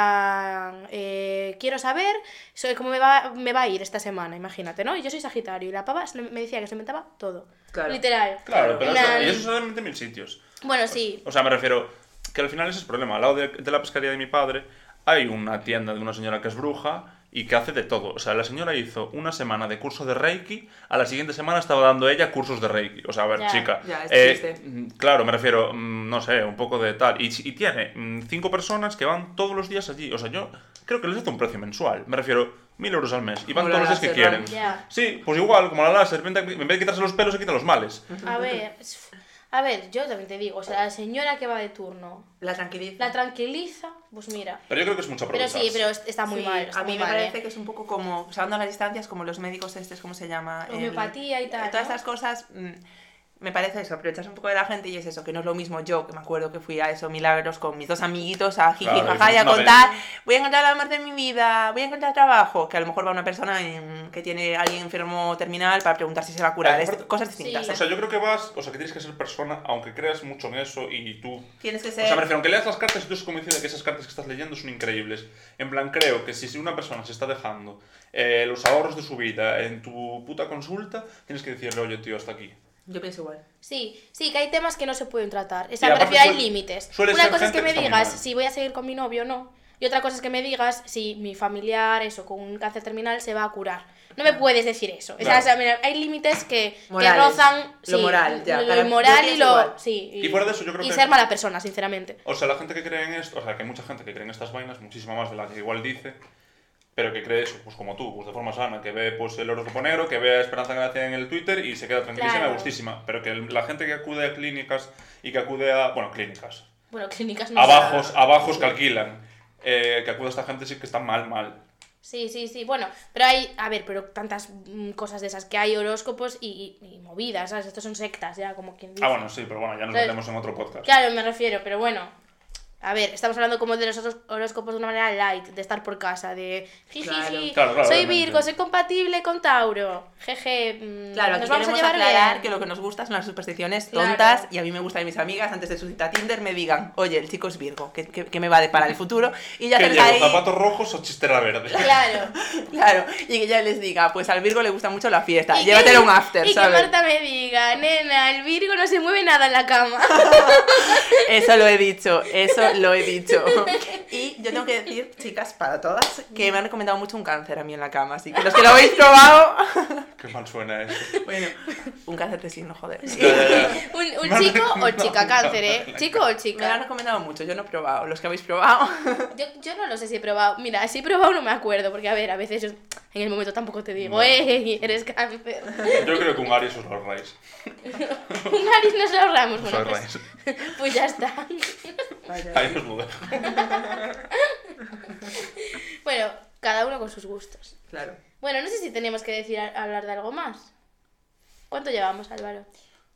Speaker 2: decían, eh, quiero saber so- cómo me va, me va a ir esta semana, imagínate, ¿no? Y yo soy Sagitario y la pava se- me decía que se inventaba todo.
Speaker 3: Claro.
Speaker 2: Literal.
Speaker 1: Claro, pero eso-
Speaker 2: Claro.
Speaker 1: y eso solamente en mil sitios.
Speaker 2: Bueno, sí.
Speaker 1: O sea, me refiero que al final ese es el problema. Al lado de, de la pescaría de mi padre hay una tienda de una señora que es bruja y que hace de todo. O sea, la señora hizo una semana de curso de Reiki, a la siguiente semana estaba dando ella cursos de Reiki. O sea, a ver,
Speaker 2: Ya,
Speaker 1: chica.
Speaker 3: ya, es triste.
Speaker 1: mm, claro, me refiero, mm, no sé, un poco de tal. Y, si- y tiene mm, cinco personas que van todos los días allí. O sea, yo creo que les hace un precio mensual. Me refiero, mil euros al mes. Y van
Speaker 3: Como
Speaker 1: todos
Speaker 3: la
Speaker 1: los días que
Speaker 3: láser, ¿no?
Speaker 1: quieren.
Speaker 2: Ya.
Speaker 1: Sí, pues igual, como la láser, en vez de quitarse los pelos, se quitan los males.
Speaker 2: A ver, a ver, yo también te digo, o sea, la señora que va de turno
Speaker 3: La tranquilidad.
Speaker 2: la tranquiliza, pues mira.
Speaker 1: Pero yo creo que es mucho
Speaker 2: Pero
Speaker 1: aprovecharse.
Speaker 2: sí, pero es- está muy
Speaker 3: Sí,
Speaker 2: mal. está
Speaker 3: A mí
Speaker 2: muy
Speaker 3: me
Speaker 2: mal,
Speaker 3: parece
Speaker 2: ¿eh?
Speaker 3: que es un poco como, usando las distancias, como los médicos estos, ¿cómo se llama? El-
Speaker 2: Homeopatía y tal,
Speaker 3: Todas
Speaker 2: ¿no?
Speaker 3: estas cosas, mm, me parece eso, aprovecharse un poco de la gente y es eso, que no es lo mismo yo, que me acuerdo que fui a eso, milagros, con mis dos amiguitos a jiji,
Speaker 1: Claro,
Speaker 3: jaja, y a
Speaker 1: una
Speaker 3: contar, voy a encontrar el amor de mi vida, voy a encontrar trabajo, que a lo mejor va una persona en- que tiene a alguien enfermo terminal para preguntar si se va a curar,
Speaker 1: Ay,
Speaker 3: es-
Speaker 1: aparte-
Speaker 3: cosas distintas.
Speaker 2: Sí.
Speaker 1: O
Speaker 3: ¿eh?
Speaker 1: sea, yo creo que vas, o sea, que tienes que ser persona, aunque creas mucho en eso y tú...
Speaker 3: Tienes que
Speaker 1: O sea, me
Speaker 3: ser...
Speaker 1: refiero, aunque leas las cartas, tú estás convencido de que esas cartas que estás leyendo son increíbles. En plan, creo que si si una persona se está dejando eh, los ahorros de su vida en tu puta consulta, tienes que decirle, oye, tío, hasta aquí.
Speaker 3: Yo pienso igual.
Speaker 2: Sí, sí, que hay temas que no se pueden tratar. O
Speaker 1: Y
Speaker 2: sea, me
Speaker 1: aparte
Speaker 2: refiero, hay
Speaker 1: suele-
Speaker 2: límites.
Speaker 1: suele
Speaker 2: Una
Speaker 1: ser
Speaker 2: cosa es
Speaker 1: gente
Speaker 2: que me
Speaker 1: que está muy
Speaker 2: digas
Speaker 1: mal.
Speaker 2: si voy a seguir con mi novio o no. Y otra cosa es que me digas si mi familiar, eso, con un cáncer terminal se va a curar. No me puedes decir eso. O sea,
Speaker 1: Claro.
Speaker 2: o sea, mira, hay límites que, que
Speaker 3: Morales.
Speaker 2: rozan
Speaker 3: Lo moral, ya,
Speaker 2: lo
Speaker 3: para-
Speaker 2: inmoral
Speaker 3: yo
Speaker 2: y
Speaker 3: pienso igual.
Speaker 2: lo. Sí,
Speaker 1: Y fuera de eso, yo creo
Speaker 2: y
Speaker 1: que-
Speaker 2: ser mala persona, sinceramente.
Speaker 1: O sea, la gente que cree en esto, o sea, que hay mucha gente que cree en estas vainas, muchísima más de la que igual dice, pero que cree eso, pues como tú, pues de forma sana, que ve pues el horóscopo negro, que ve a Esperanza Gracia en el Twitter y se queda tranquilísima
Speaker 2: Claro.
Speaker 1: y gustísima. Pero que el- la gente que acude a clínicas y que acude a... Bueno, clínicas,
Speaker 2: Bueno, clínicas no.
Speaker 1: abajos, abajos que alquilan. Eh, que acuda esta gente sí que está mal, mal.
Speaker 2: Sí, sí, sí. Bueno, pero hay, a ver, pero tantas mm, cosas de esas que hay horóscopos y, y- y movidas, ¿sabes? Estos son sectas, ya como quien dice.
Speaker 1: Ah, bueno, sí, pero bueno, ya nos
Speaker 2: Pero-
Speaker 1: metemos en otro podcast.
Speaker 2: Claro, me refiero, pero bueno. A ver, estamos hablando como de los horos- horóscopos de una manera light, de estar por casa, de jijiji,
Speaker 3: Claro.
Speaker 1: Claro, claro,
Speaker 2: soy
Speaker 1: obviamente.
Speaker 2: Virgo, soy compatible con Tauro. Jeje, mm,
Speaker 3: Claro, aquí
Speaker 2: nos vamos a
Speaker 3: queremos
Speaker 2: llevar
Speaker 3: aclarar
Speaker 2: bien.
Speaker 3: que lo que nos gusta son las supersticiones
Speaker 2: Claro.
Speaker 3: tontas y a mí me gusta que mis amigas antes de su cita Tinder me digan, oye, el chico es Virgo, ¿qué, qué- qué me va a deparar el futuro? Y ya
Speaker 1: ¿Qué
Speaker 3: sabes
Speaker 1: llevo,
Speaker 3: ahí,
Speaker 1: zapatos rojos o chistera
Speaker 3: <laughs>
Speaker 1: verde?
Speaker 2: Claro.
Speaker 3: claro, y que ya les diga, pues al Virgo le gusta mucho la fiesta,
Speaker 2: Y que-
Speaker 3: llévatelo a un after,
Speaker 2: Y
Speaker 3: ¿sabes?
Speaker 2: que Marta me diga, nena, el Virgo no se mueve nada en la cama. <laughs>
Speaker 3: Eso lo he dicho, eso lo
Speaker 2: <laughs>
Speaker 3: he dicho. Y yo tengo que decir, chicas, para todas, que me han recomendado mucho un cáncer a mí en la cama, así que los que lo habéis probado,
Speaker 1: Qué mal suena eso.
Speaker 3: bueno, un cáncer de signo, joder.
Speaker 1: Ya, ya, ya.
Speaker 2: Un, un
Speaker 3: <laughs>
Speaker 1: Me han
Speaker 2: chico o
Speaker 1: recomendado
Speaker 2: chica, cáncer, ¿eh?
Speaker 1: la
Speaker 2: Chico o
Speaker 3: Me lo han
Speaker 2: chica.
Speaker 3: recomendado mucho, yo no he probado, los que habéis probado.
Speaker 2: Yo, yo no lo sé si he probado. Mira, si he probado no me acuerdo, porque a ver, a veces yo en el momento tampoco te digo,
Speaker 1: No.
Speaker 2: ¡eh! Eres cáncer. <laughs>
Speaker 1: Yo creo que un Aries os lo ahorráis.
Speaker 2: Un nariz nos lo ahorramos,
Speaker 1: Os
Speaker 2: bueno, pues,
Speaker 1: ahorráis.
Speaker 2: pues ya está.
Speaker 1: <laughs>
Speaker 2: <laughs>
Speaker 1: Ahí os lo dejo.
Speaker 2: Bueno, cada uno con sus gustos.
Speaker 3: Claro.
Speaker 2: Bueno, no sé si tenemos que decir hablar de algo más. ¿Cuánto llevamos, Álvaro?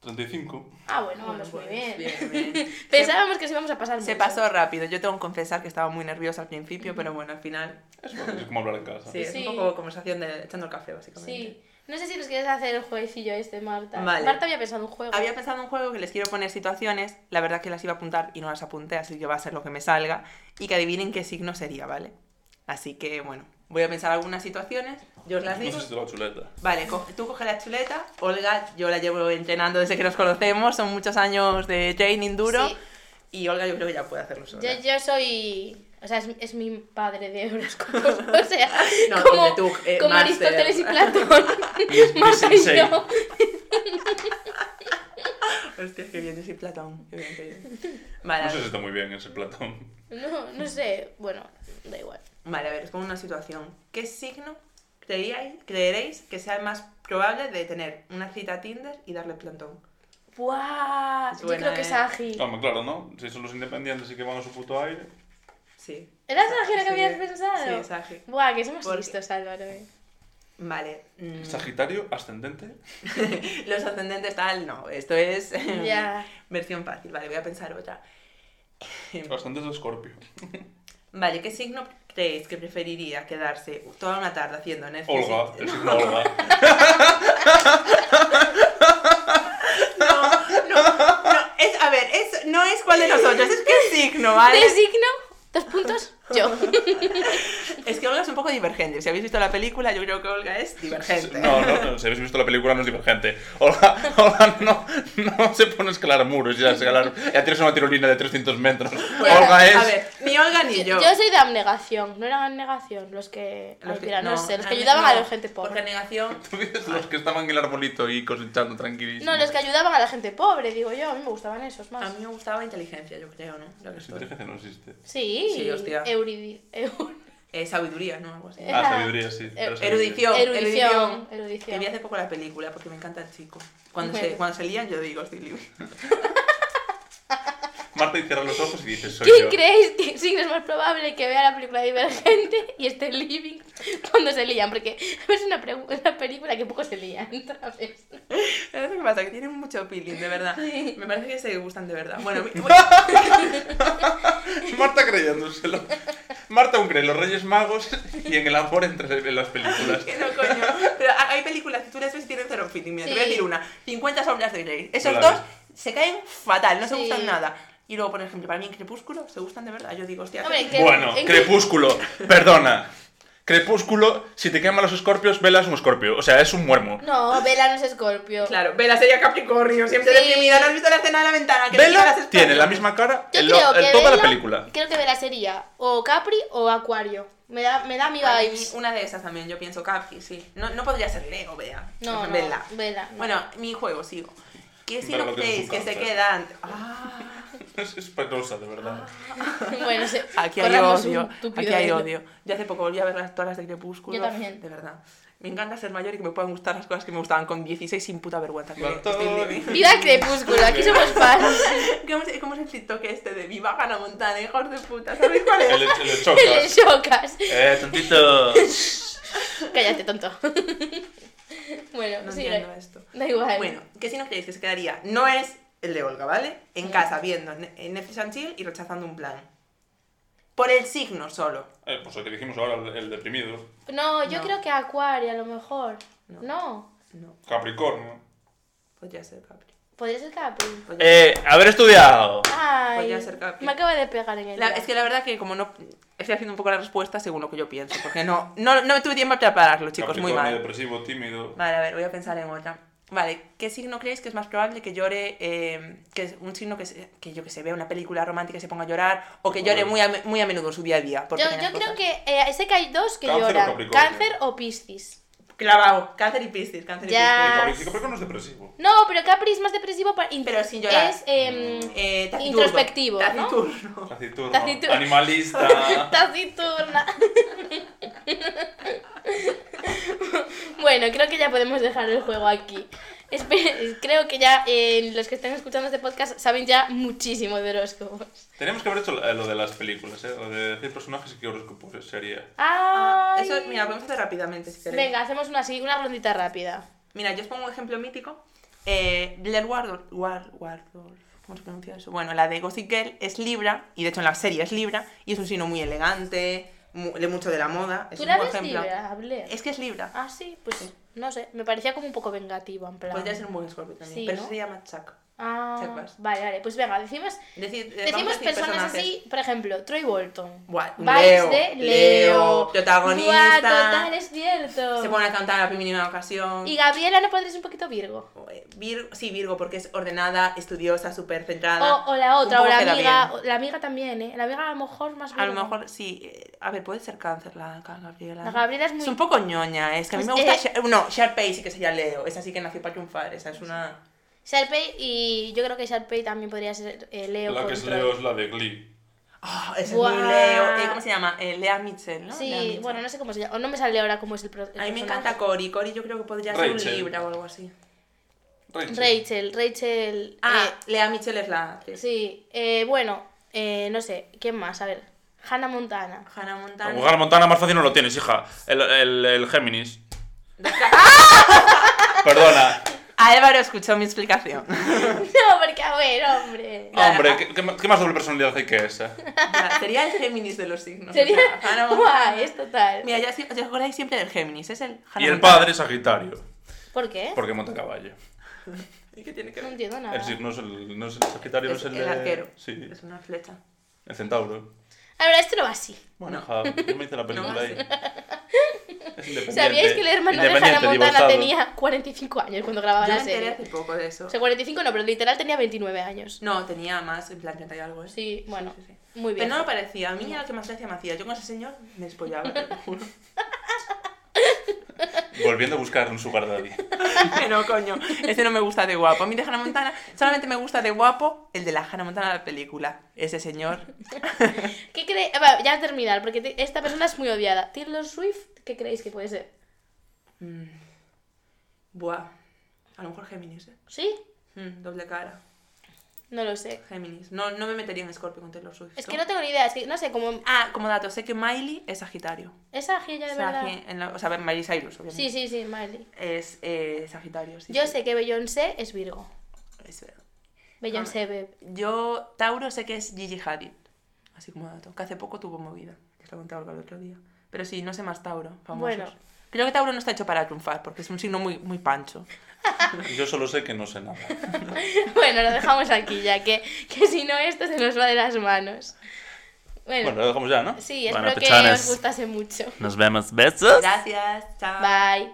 Speaker 1: 35.
Speaker 2: Ah, bueno, vamos
Speaker 3: Bueno,
Speaker 2: muy
Speaker 3: pues,
Speaker 2: bien.
Speaker 3: bien, bien.
Speaker 2: <laughs> Pensábamos que se íbamos a pasar
Speaker 3: Se
Speaker 2: mucho.
Speaker 3: pasó rápido. Yo tengo que confesar que estaba muy nerviosa al principio, pero bueno, al final.
Speaker 1: Es bueno, es como hablar en casa.
Speaker 3: Sí, es
Speaker 2: Sí.
Speaker 3: un poco conversación de echando el café, básicamente.
Speaker 2: Sí. No sé si nos quieres hacer el jueguecillo este, Marta.
Speaker 3: Vale.
Speaker 2: Marta había pensado un juego.
Speaker 3: Había pensado en un juego que les quiero poner situaciones. La verdad que las iba a apuntar y no las apunté, así que va a ser lo que me salga. Y que adivinen qué signo sería, ¿vale? Así que bueno, voy a pensar algunas situaciones. Yo os las
Speaker 1: No
Speaker 3: digo.
Speaker 1: sé si te va chuleta.
Speaker 3: Vale, co- tú coge la chuleta. Olga, yo la llevo entrenando desde que nos conocemos. Son muchos años de training duro.
Speaker 2: Sí.
Speaker 3: Y Olga, yo creo que ya puede hacerlo sola.
Speaker 2: Yo, yo soy. O sea, es, es mi padre de horóscopos. <laughs> O sea,
Speaker 3: No,
Speaker 2: como,
Speaker 3: donde tú, eh,
Speaker 2: como
Speaker 3: máster.
Speaker 2: Aristóteles
Speaker 3: <laughs>
Speaker 2: y Platón.
Speaker 1: Mi- mi
Speaker 2: Marta y
Speaker 1: sensei.
Speaker 2: yo.
Speaker 3: Hostia, qué bien, yo soy Platón. Qué bien, qué bien. Vale,
Speaker 1: No
Speaker 3: a
Speaker 1: sé si
Speaker 3: ver,
Speaker 1: está muy bien ese platón.
Speaker 2: No, no sé. Bueno, da igual.
Speaker 3: vale, a ver, os pongo una situación. ¿Qué signo creíais, creeréis que sea el más probable de tener una cita a Tinder y darle plantón?
Speaker 2: ¡Buah!
Speaker 3: Es
Speaker 2: Yo
Speaker 3: buena,
Speaker 2: creo que es
Speaker 3: eh.
Speaker 2: Agi.
Speaker 1: Hombre, claro, ¿no? Si son los independientes y que van a su puto aire.
Speaker 3: Sí.
Speaker 2: ¿Era esa la que
Speaker 3: Sí,
Speaker 2: habías pensado?
Speaker 3: Sí, esa gira.
Speaker 2: Buah, que somos
Speaker 3: Porque-
Speaker 2: listos, Álvaro.
Speaker 3: <laughs>
Speaker 2: eh.
Speaker 3: Vale. mm,
Speaker 1: Sagitario, ascendente.
Speaker 3: los ascendentes tal, no. Esto es <laughs> mm,
Speaker 2: Ya.
Speaker 3: versión fácil. Vale, voy a pensar otra.
Speaker 1: <laughs> Ascendente de escorpio.
Speaker 3: Vale, ¿qué signo creéis que preferiría quedarse toda una tarde haciendo Netflix? <laughs>
Speaker 1: Olga, el signo Olga.
Speaker 3: No, no, no. Es, a ver, es, no es cuál de nosotros, es qué signo, ¿vale?
Speaker 2: ¿De signo? ¿Dos puntos? Yo.
Speaker 3: <laughs> Es que Olga es un poco divergente. Si habéis visto la película, yo creo que Olga es divergente.
Speaker 1: No, no, no, si habéis visto la película no es divergente. Olga, <laughs> Olga no, no se pone a escalar muros, ya, a escalar, ya tienes una tirolina de 300 metros.
Speaker 3: Bueno,
Speaker 1: Olga es...
Speaker 3: A ver, ni Olga ni yo.
Speaker 2: Yo soy de abnegación. No eran abnegación los que. Ay,
Speaker 3: Los que-
Speaker 2: mira, no, sé, los que
Speaker 3: mí-
Speaker 2: ayudaban a
Speaker 3: no,
Speaker 2: la gente
Speaker 3: Porque
Speaker 2: pobre.
Speaker 3: negación.
Speaker 1: <laughs> Tú dices los que estaban en el arbolito y cosechando tranquilísimo.
Speaker 2: No, los que ayudaban a la gente pobre, digo yo. A mí me gustaban esos
Speaker 3: A
Speaker 2: más.
Speaker 3: mí me gustaba inteligencia, yo creo, ¿no? Lo que
Speaker 1: Si
Speaker 3: estoy.
Speaker 1: inteligencia no existe.
Speaker 2: Sí,
Speaker 3: Sí, hostia.
Speaker 2: Euridi- eu-
Speaker 3: Eh, sabiduría, ¿no? Algo así.
Speaker 2: Eh,
Speaker 1: Ah, sabiduría, sí.
Speaker 2: Eh,
Speaker 1: sabiduría.
Speaker 3: Erudición.
Speaker 2: erudición.
Speaker 3: Que
Speaker 2: Erudición.
Speaker 3: vi hace poco la película porque me encanta el chico. Cuando se,
Speaker 2: Bueno.
Speaker 3: cuando se lían, yo digo, estoy libre. <laughs>
Speaker 1: Marta y cierra los ojos y dices, soy
Speaker 2: ¿Quién
Speaker 1: yo.
Speaker 2: creéis que signo es más probable que vea la película Divergente y esté living cuando se lían? Porque es una, pre- una película que poco se lían, <laughs> ¿sabes?
Speaker 3: ¿Sabes lo que pasa? Que tienen mucho peeling, de verdad. Me parece que se gustan de verdad.
Speaker 2: <laughs>
Speaker 3: Bueno, mi-
Speaker 1: <laughs> Marta creyéndoselo. Marta aún cree en los Reyes Magos y en el amor entre en las películas.
Speaker 3: Que no, coño. Pero ha- hay películas que tú las ves y tienen cero fitting. Mira, te voy a
Speaker 2: Sí.
Speaker 3: decir una. 50 sombras de Grey. Esos
Speaker 1: No la
Speaker 3: dos
Speaker 1: ves.
Speaker 3: se caen fatal, no se
Speaker 2: Sí.
Speaker 3: gustan nada. Y luego, por ejemplo, para mí en Crepúsculo se gustan de verdad. Yo digo, hostia,
Speaker 2: Hombre,
Speaker 3: qué-
Speaker 2: que-
Speaker 1: Bueno,
Speaker 2: en-
Speaker 1: Crepúsculo, perdona. Crepúsculo, si te queman los escorpios, velas un escorpio. O sea, es un muermo.
Speaker 2: No, Vela no es escorpio.
Speaker 3: Claro, Vela sería Capricornio, siempre
Speaker 2: Sí.
Speaker 3: deprimida. ¿No has visto la escena de la ventana? Que le
Speaker 1: Vela
Speaker 3: tiran las
Speaker 1: tiene la
Speaker 3: espadas?
Speaker 1: misma cara
Speaker 2: Yo
Speaker 1: en, lo-
Speaker 2: creo
Speaker 1: en
Speaker 2: que
Speaker 1: toda la
Speaker 2: Bella-
Speaker 1: película.
Speaker 2: Creo que Vela sería o Capri o Acuario. Me da, me da mi
Speaker 3: Para mí,
Speaker 2: vibes.
Speaker 3: Una de esas también, yo pienso Capri, sí. No, no podría ser Leo, Bea.
Speaker 2: No, no,
Speaker 3: Vela.
Speaker 2: Vela, no.
Speaker 3: Bueno, mi juego, sigo. ¿Qué si
Speaker 1: Vela
Speaker 3: no
Speaker 1: lo que es un
Speaker 3: creéis que se
Speaker 1: cáncer.
Speaker 3: quedan? Ah.
Speaker 1: Es espinosa, de verdad.
Speaker 2: <laughs> Bueno, se-
Speaker 3: <laughs> Aquí hay
Speaker 2: corramos un
Speaker 3: odio,
Speaker 2: tupido
Speaker 3: aquí hay
Speaker 2: hilo.
Speaker 3: odio. Yo hace poco volví a ver las todas las de Crepúsculo.
Speaker 2: Yo también.
Speaker 3: De verdad. Me encanta ser mayor y que me puedan gustar las cosas que me gustaban con 16 sin puta vergüenza. que
Speaker 1: Doctor.
Speaker 3: estoy living.
Speaker 2: Viva el crepúsculo, aquí somos fans.
Speaker 3: <laughs> ¿Cómo es, ¿Cómo es el TikTok este de Viva Hannah Montana, hijos de puta? ¿Sabéis cuál es?
Speaker 1: El, el
Speaker 2: <laughs> Le
Speaker 1: chocas.
Speaker 2: chocas.
Speaker 1: Eh, tontito.
Speaker 2: Cállate,
Speaker 3: <laughs>
Speaker 2: tonto. bueno,
Speaker 3: No
Speaker 2: sí, eh.
Speaker 3: entiendo esto.
Speaker 2: da igual.
Speaker 3: Bueno, que si no creéis que se quedaría, no es el de Olga, ¿vale? En casa viendo Ne- eh, Netflix and Chill y rechazando un plan. Por el signo solo.
Speaker 1: Eh, pues lo que dijimos ahora, el, el deprimido.
Speaker 2: No, yo
Speaker 3: No.
Speaker 2: creo que Acuario a lo mejor. No.
Speaker 3: No. No,
Speaker 1: Capricornio.
Speaker 3: podría ser Capri.
Speaker 2: Podría ser Capri.
Speaker 3: Podría-
Speaker 1: Eh, haber estudiado.
Speaker 2: Ay,
Speaker 3: Podría ser Capri.
Speaker 2: me acaba de pegar en el.
Speaker 3: La-
Speaker 2: día.
Speaker 3: es que la verdad que como no... Estoy haciendo un poco la respuesta según lo que yo pienso, porque no, no, no me tuve tiempo para prepararlo, chicos, muy
Speaker 1: Capricornio,
Speaker 3: mal.
Speaker 1: depresivo, tímido.
Speaker 3: Vale, a ver, voy a pensar en otra. Vale, ¿qué signo creéis que es más probable que llore, eh, que es un signo que, se- que yo que se vea una película romántica y se ponga a llorar, o que llore
Speaker 1: Joder.
Speaker 3: muy a, muy a menudo en su día a día? por
Speaker 2: Yo,
Speaker 3: pequeñas
Speaker 2: yo creo
Speaker 3: cosas?
Speaker 2: que eh, sé que hay dos que
Speaker 1: Cáncer o
Speaker 2: lloran:
Speaker 1: Capricornio.
Speaker 2: Cáncer o Piscis.
Speaker 3: Clavado, cáncer y piscis, cáncer y
Speaker 2: Ya.
Speaker 1: Eh,
Speaker 3: piscis.
Speaker 1: Capri- Capricornio es depresivo.
Speaker 2: No, pero Capri es más depresivo. Para...
Speaker 3: Pero sin llorar.
Speaker 2: Es. em,
Speaker 3: Eh, taciturno.
Speaker 2: Introspectivo, ¿no?
Speaker 3: Taciturno.
Speaker 1: Taciturno.
Speaker 2: Taciturno.
Speaker 1: Animalista.
Speaker 2: Taciturna. <laughs> bueno, creo que ya podemos dejar el juego aquí. Espe- creo que ya eh, los que estén escuchando este podcast saben ya muchísimo de horóscopos.
Speaker 1: Tenemos que haber hecho eh, lo de las películas, ¿eh? Lo de decir personajes y qué horóscopo sería.
Speaker 3: Ah,
Speaker 2: Ay.
Speaker 3: Eso, mira, podemos hacer rápidamente si queréis.
Speaker 2: Venga, hacemos una así, una rondita rápida.
Speaker 3: Mira, yo os pongo un ejemplo mítico. Eh, Blair Waldorf, War, Waldorf, ¿cómo se pronuncia eso? Bueno, la de Gossip Girl es Libra, y de hecho en la serie es Libra, y es un signo muy elegante, mu- lee mucho de la moda. Es
Speaker 2: ¿Tú
Speaker 3: un
Speaker 2: la
Speaker 3: buen
Speaker 2: ves
Speaker 3: ejemplo.
Speaker 2: libre, Blair?
Speaker 3: Es que es Libra.
Speaker 2: Ah, sí, pues no sé, me parecía como un poco vengativo, en plan.
Speaker 3: Podría ser un buen Scorpio también,
Speaker 2: Sí,
Speaker 3: pero
Speaker 2: ¿no?
Speaker 3: eso se llama Chuck.
Speaker 2: Ah,
Speaker 3: Chacas.
Speaker 2: vale, vale, pues venga, decimos,
Speaker 3: Decid- eh, vamos
Speaker 2: decimos
Speaker 3: a decir
Speaker 2: personas así, por ejemplo, Troy Bolton.
Speaker 3: Buah, un
Speaker 2: Vibes
Speaker 3: Leo,
Speaker 2: de Leo. Buah,
Speaker 3: protagonista.
Speaker 2: total, es cierto.
Speaker 3: Se ponen a cantar a la primera ocasión.
Speaker 2: oh. Y Gabriela no podría ser un poquito Virgo.
Speaker 3: Eh, Vir- sí, Virgo, porque es ordenada, estudiosa, súper centrada.
Speaker 2: O, o la otra,
Speaker 3: Un
Speaker 2: o
Speaker 3: poco
Speaker 2: la
Speaker 3: queda
Speaker 2: amiga,
Speaker 3: bien.
Speaker 2: o la amiga también, ¿eh? La amiga a lo mejor más
Speaker 3: A lo
Speaker 2: Virgo.
Speaker 3: mejor, sí. eh, A ver, puede ser cáncer la la Gabriela.
Speaker 2: La
Speaker 3: ¿no?
Speaker 2: Gabriela es muy...
Speaker 3: Es un poco ñoña, es que a mí me
Speaker 2: Pues,
Speaker 3: gusta.
Speaker 2: eh,
Speaker 3: Sha- no, Sharpay sí que sería Leo. Esa sí que nació para triunfar. Esa es una.
Speaker 2: Sharpay y yo creo que Sharpay también podría ser eh, Leo.
Speaker 1: la que
Speaker 2: con
Speaker 1: es
Speaker 2: Troy.
Speaker 1: Leo es la de Glee.
Speaker 3: Ah, esa
Speaker 2: Buah.
Speaker 3: es muy Leo. Eh, ¿Cómo se llama? Eh, Lea Mitchell, ¿no? Lea
Speaker 2: Sí,
Speaker 3: Mitchell.
Speaker 2: bueno, no sé cómo se llama. O no me sale ahora cómo es el, pro- el
Speaker 3: A mí
Speaker 2: personaje.
Speaker 3: me
Speaker 2: Eh,
Speaker 3: encanta Cory. Cory yo creo que podría ser
Speaker 1: Rachel.
Speaker 3: un Libra o algo así.
Speaker 1: Rachel.
Speaker 2: Rachel, Rachel.
Speaker 3: Ah,
Speaker 2: eh,
Speaker 3: Lea Mitchell es la. actriz.
Speaker 2: Sí, eh, bueno, eh, no sé, ¿quién más? A ver, Hannah Montana. <laughs>
Speaker 1: A
Speaker 3: Hannah Montana.
Speaker 1: Montana. Montana más fácil no lo tienes, hija. El, el, el Géminis.
Speaker 2: <laughs>
Speaker 1: Perdona.
Speaker 3: Álvaro escuchó mi explicación.
Speaker 2: No, porque a ver, hombre.
Speaker 1: Hombre, ¿qué, qué, qué más doble personalidad hay que esa?
Speaker 3: Ya, Sería el Géminis de los signos.
Speaker 2: Sería.
Speaker 3: o
Speaker 2: <laughs>
Speaker 3: sea, Hannah Montana.
Speaker 2: Guay, es total.
Speaker 3: Mira, ya si- os acordáis siempre del Géminis, es el
Speaker 1: Y
Speaker 3: Hannah
Speaker 1: el
Speaker 3: Montana.
Speaker 1: padre es Sagitario.
Speaker 2: ¿Por qué?
Speaker 1: Porque monta caballo.
Speaker 3: ¿Y qué tiene que
Speaker 2: No
Speaker 3: ver?
Speaker 2: entiendo nada.
Speaker 1: El signo es el, no es el Sagitario, no
Speaker 3: Es
Speaker 1: es el.
Speaker 3: el
Speaker 1: de-
Speaker 3: arquero.
Speaker 1: Sí,
Speaker 3: Es una flecha.
Speaker 1: el Centauro.
Speaker 2: A ver, esto no va así.
Speaker 1: Bueno, hija,
Speaker 2: <laughs>
Speaker 1: yo me hice la película
Speaker 3: No,
Speaker 1: ahí. Es independiente.
Speaker 2: ¿Sabíais que el hermano de Hannah
Speaker 1: Independiente,
Speaker 2: Montana
Speaker 1: divorciado.
Speaker 2: tenía 45 años cuando grababa
Speaker 3: Yo me
Speaker 2: la
Speaker 3: enteré
Speaker 2: serie?
Speaker 3: hace poco de eso.
Speaker 2: O sea, 45 no, pero literal tenía 29 años.
Speaker 3: No, tenía más, en plan 30 y algo. ¿eh?
Speaker 2: Sí, bueno,
Speaker 3: sí, sí.
Speaker 2: muy bien.
Speaker 3: Pero no me parecía, a mí era lo que más gracia me hacía. Yo con ese señor me despollaba,
Speaker 2: <laughs>
Speaker 3: te lo juro. <laughs>
Speaker 1: Volviendo a buscar un sugar daddy.
Speaker 3: Pero coño, ese no me gusta de guapo. A mí de Hannah Montana solamente me gusta de guapo el de la Hannah Montana de la película. Ese señor.
Speaker 2: ¿Qué creéis? Va, ya a terminar, porque te- esta persona es muy odiada. Taylor Swift, ¿qué creéis que puede ser?
Speaker 3: mm, Buah. A lo mejor Géminis, ¿eh?
Speaker 2: ¿Sí? Hmm.
Speaker 3: Mm, doble cara.
Speaker 2: No lo sé.
Speaker 3: Géminis. No, no me metería en Scorpio con Taylor Swift.
Speaker 2: Es
Speaker 3: ¿no?
Speaker 2: que no tengo ni idea, es que no sé, como.
Speaker 3: Ah, como dato, sé que Miley es Sagitario.
Speaker 2: Es Agilla de
Speaker 3: O sea,
Speaker 2: verdad.
Speaker 3: que en la- o sea, Miley Cyrus, obviamente.
Speaker 2: Sí, sí, sí, Miley.
Speaker 3: Es eh, Sagitario, sí.
Speaker 2: Yo
Speaker 3: sí.
Speaker 2: sé que Beyoncé es Virgo.
Speaker 3: Es- Ah.
Speaker 2: Beyoncé, beb.
Speaker 3: Yo, Tauro, sé que es Gigi Hadid. Así como dato. Que hace poco tuvo movida. Que lo contaba el otro día. Pero sí, no sé más Tauro. Famosos.
Speaker 2: Bueno.
Speaker 3: Creo que Tauro no está hecho para triunfar porque es un signo muy, muy pancho.
Speaker 1: Yo solo sé que no sé
Speaker 2: <laughs>
Speaker 1: nada.
Speaker 2: Bueno, lo dejamos aquí ya, que, que si no esto se nos va de las manos. Bueno,
Speaker 1: Bueno, lo dejamos ya, ¿no?
Speaker 2: sí, espero
Speaker 1: Bueno,
Speaker 2: que
Speaker 1: pechones.
Speaker 2: os gustase mucho.
Speaker 1: Nos vemos. Besos.
Speaker 3: Gracias. Chao.
Speaker 2: Bye.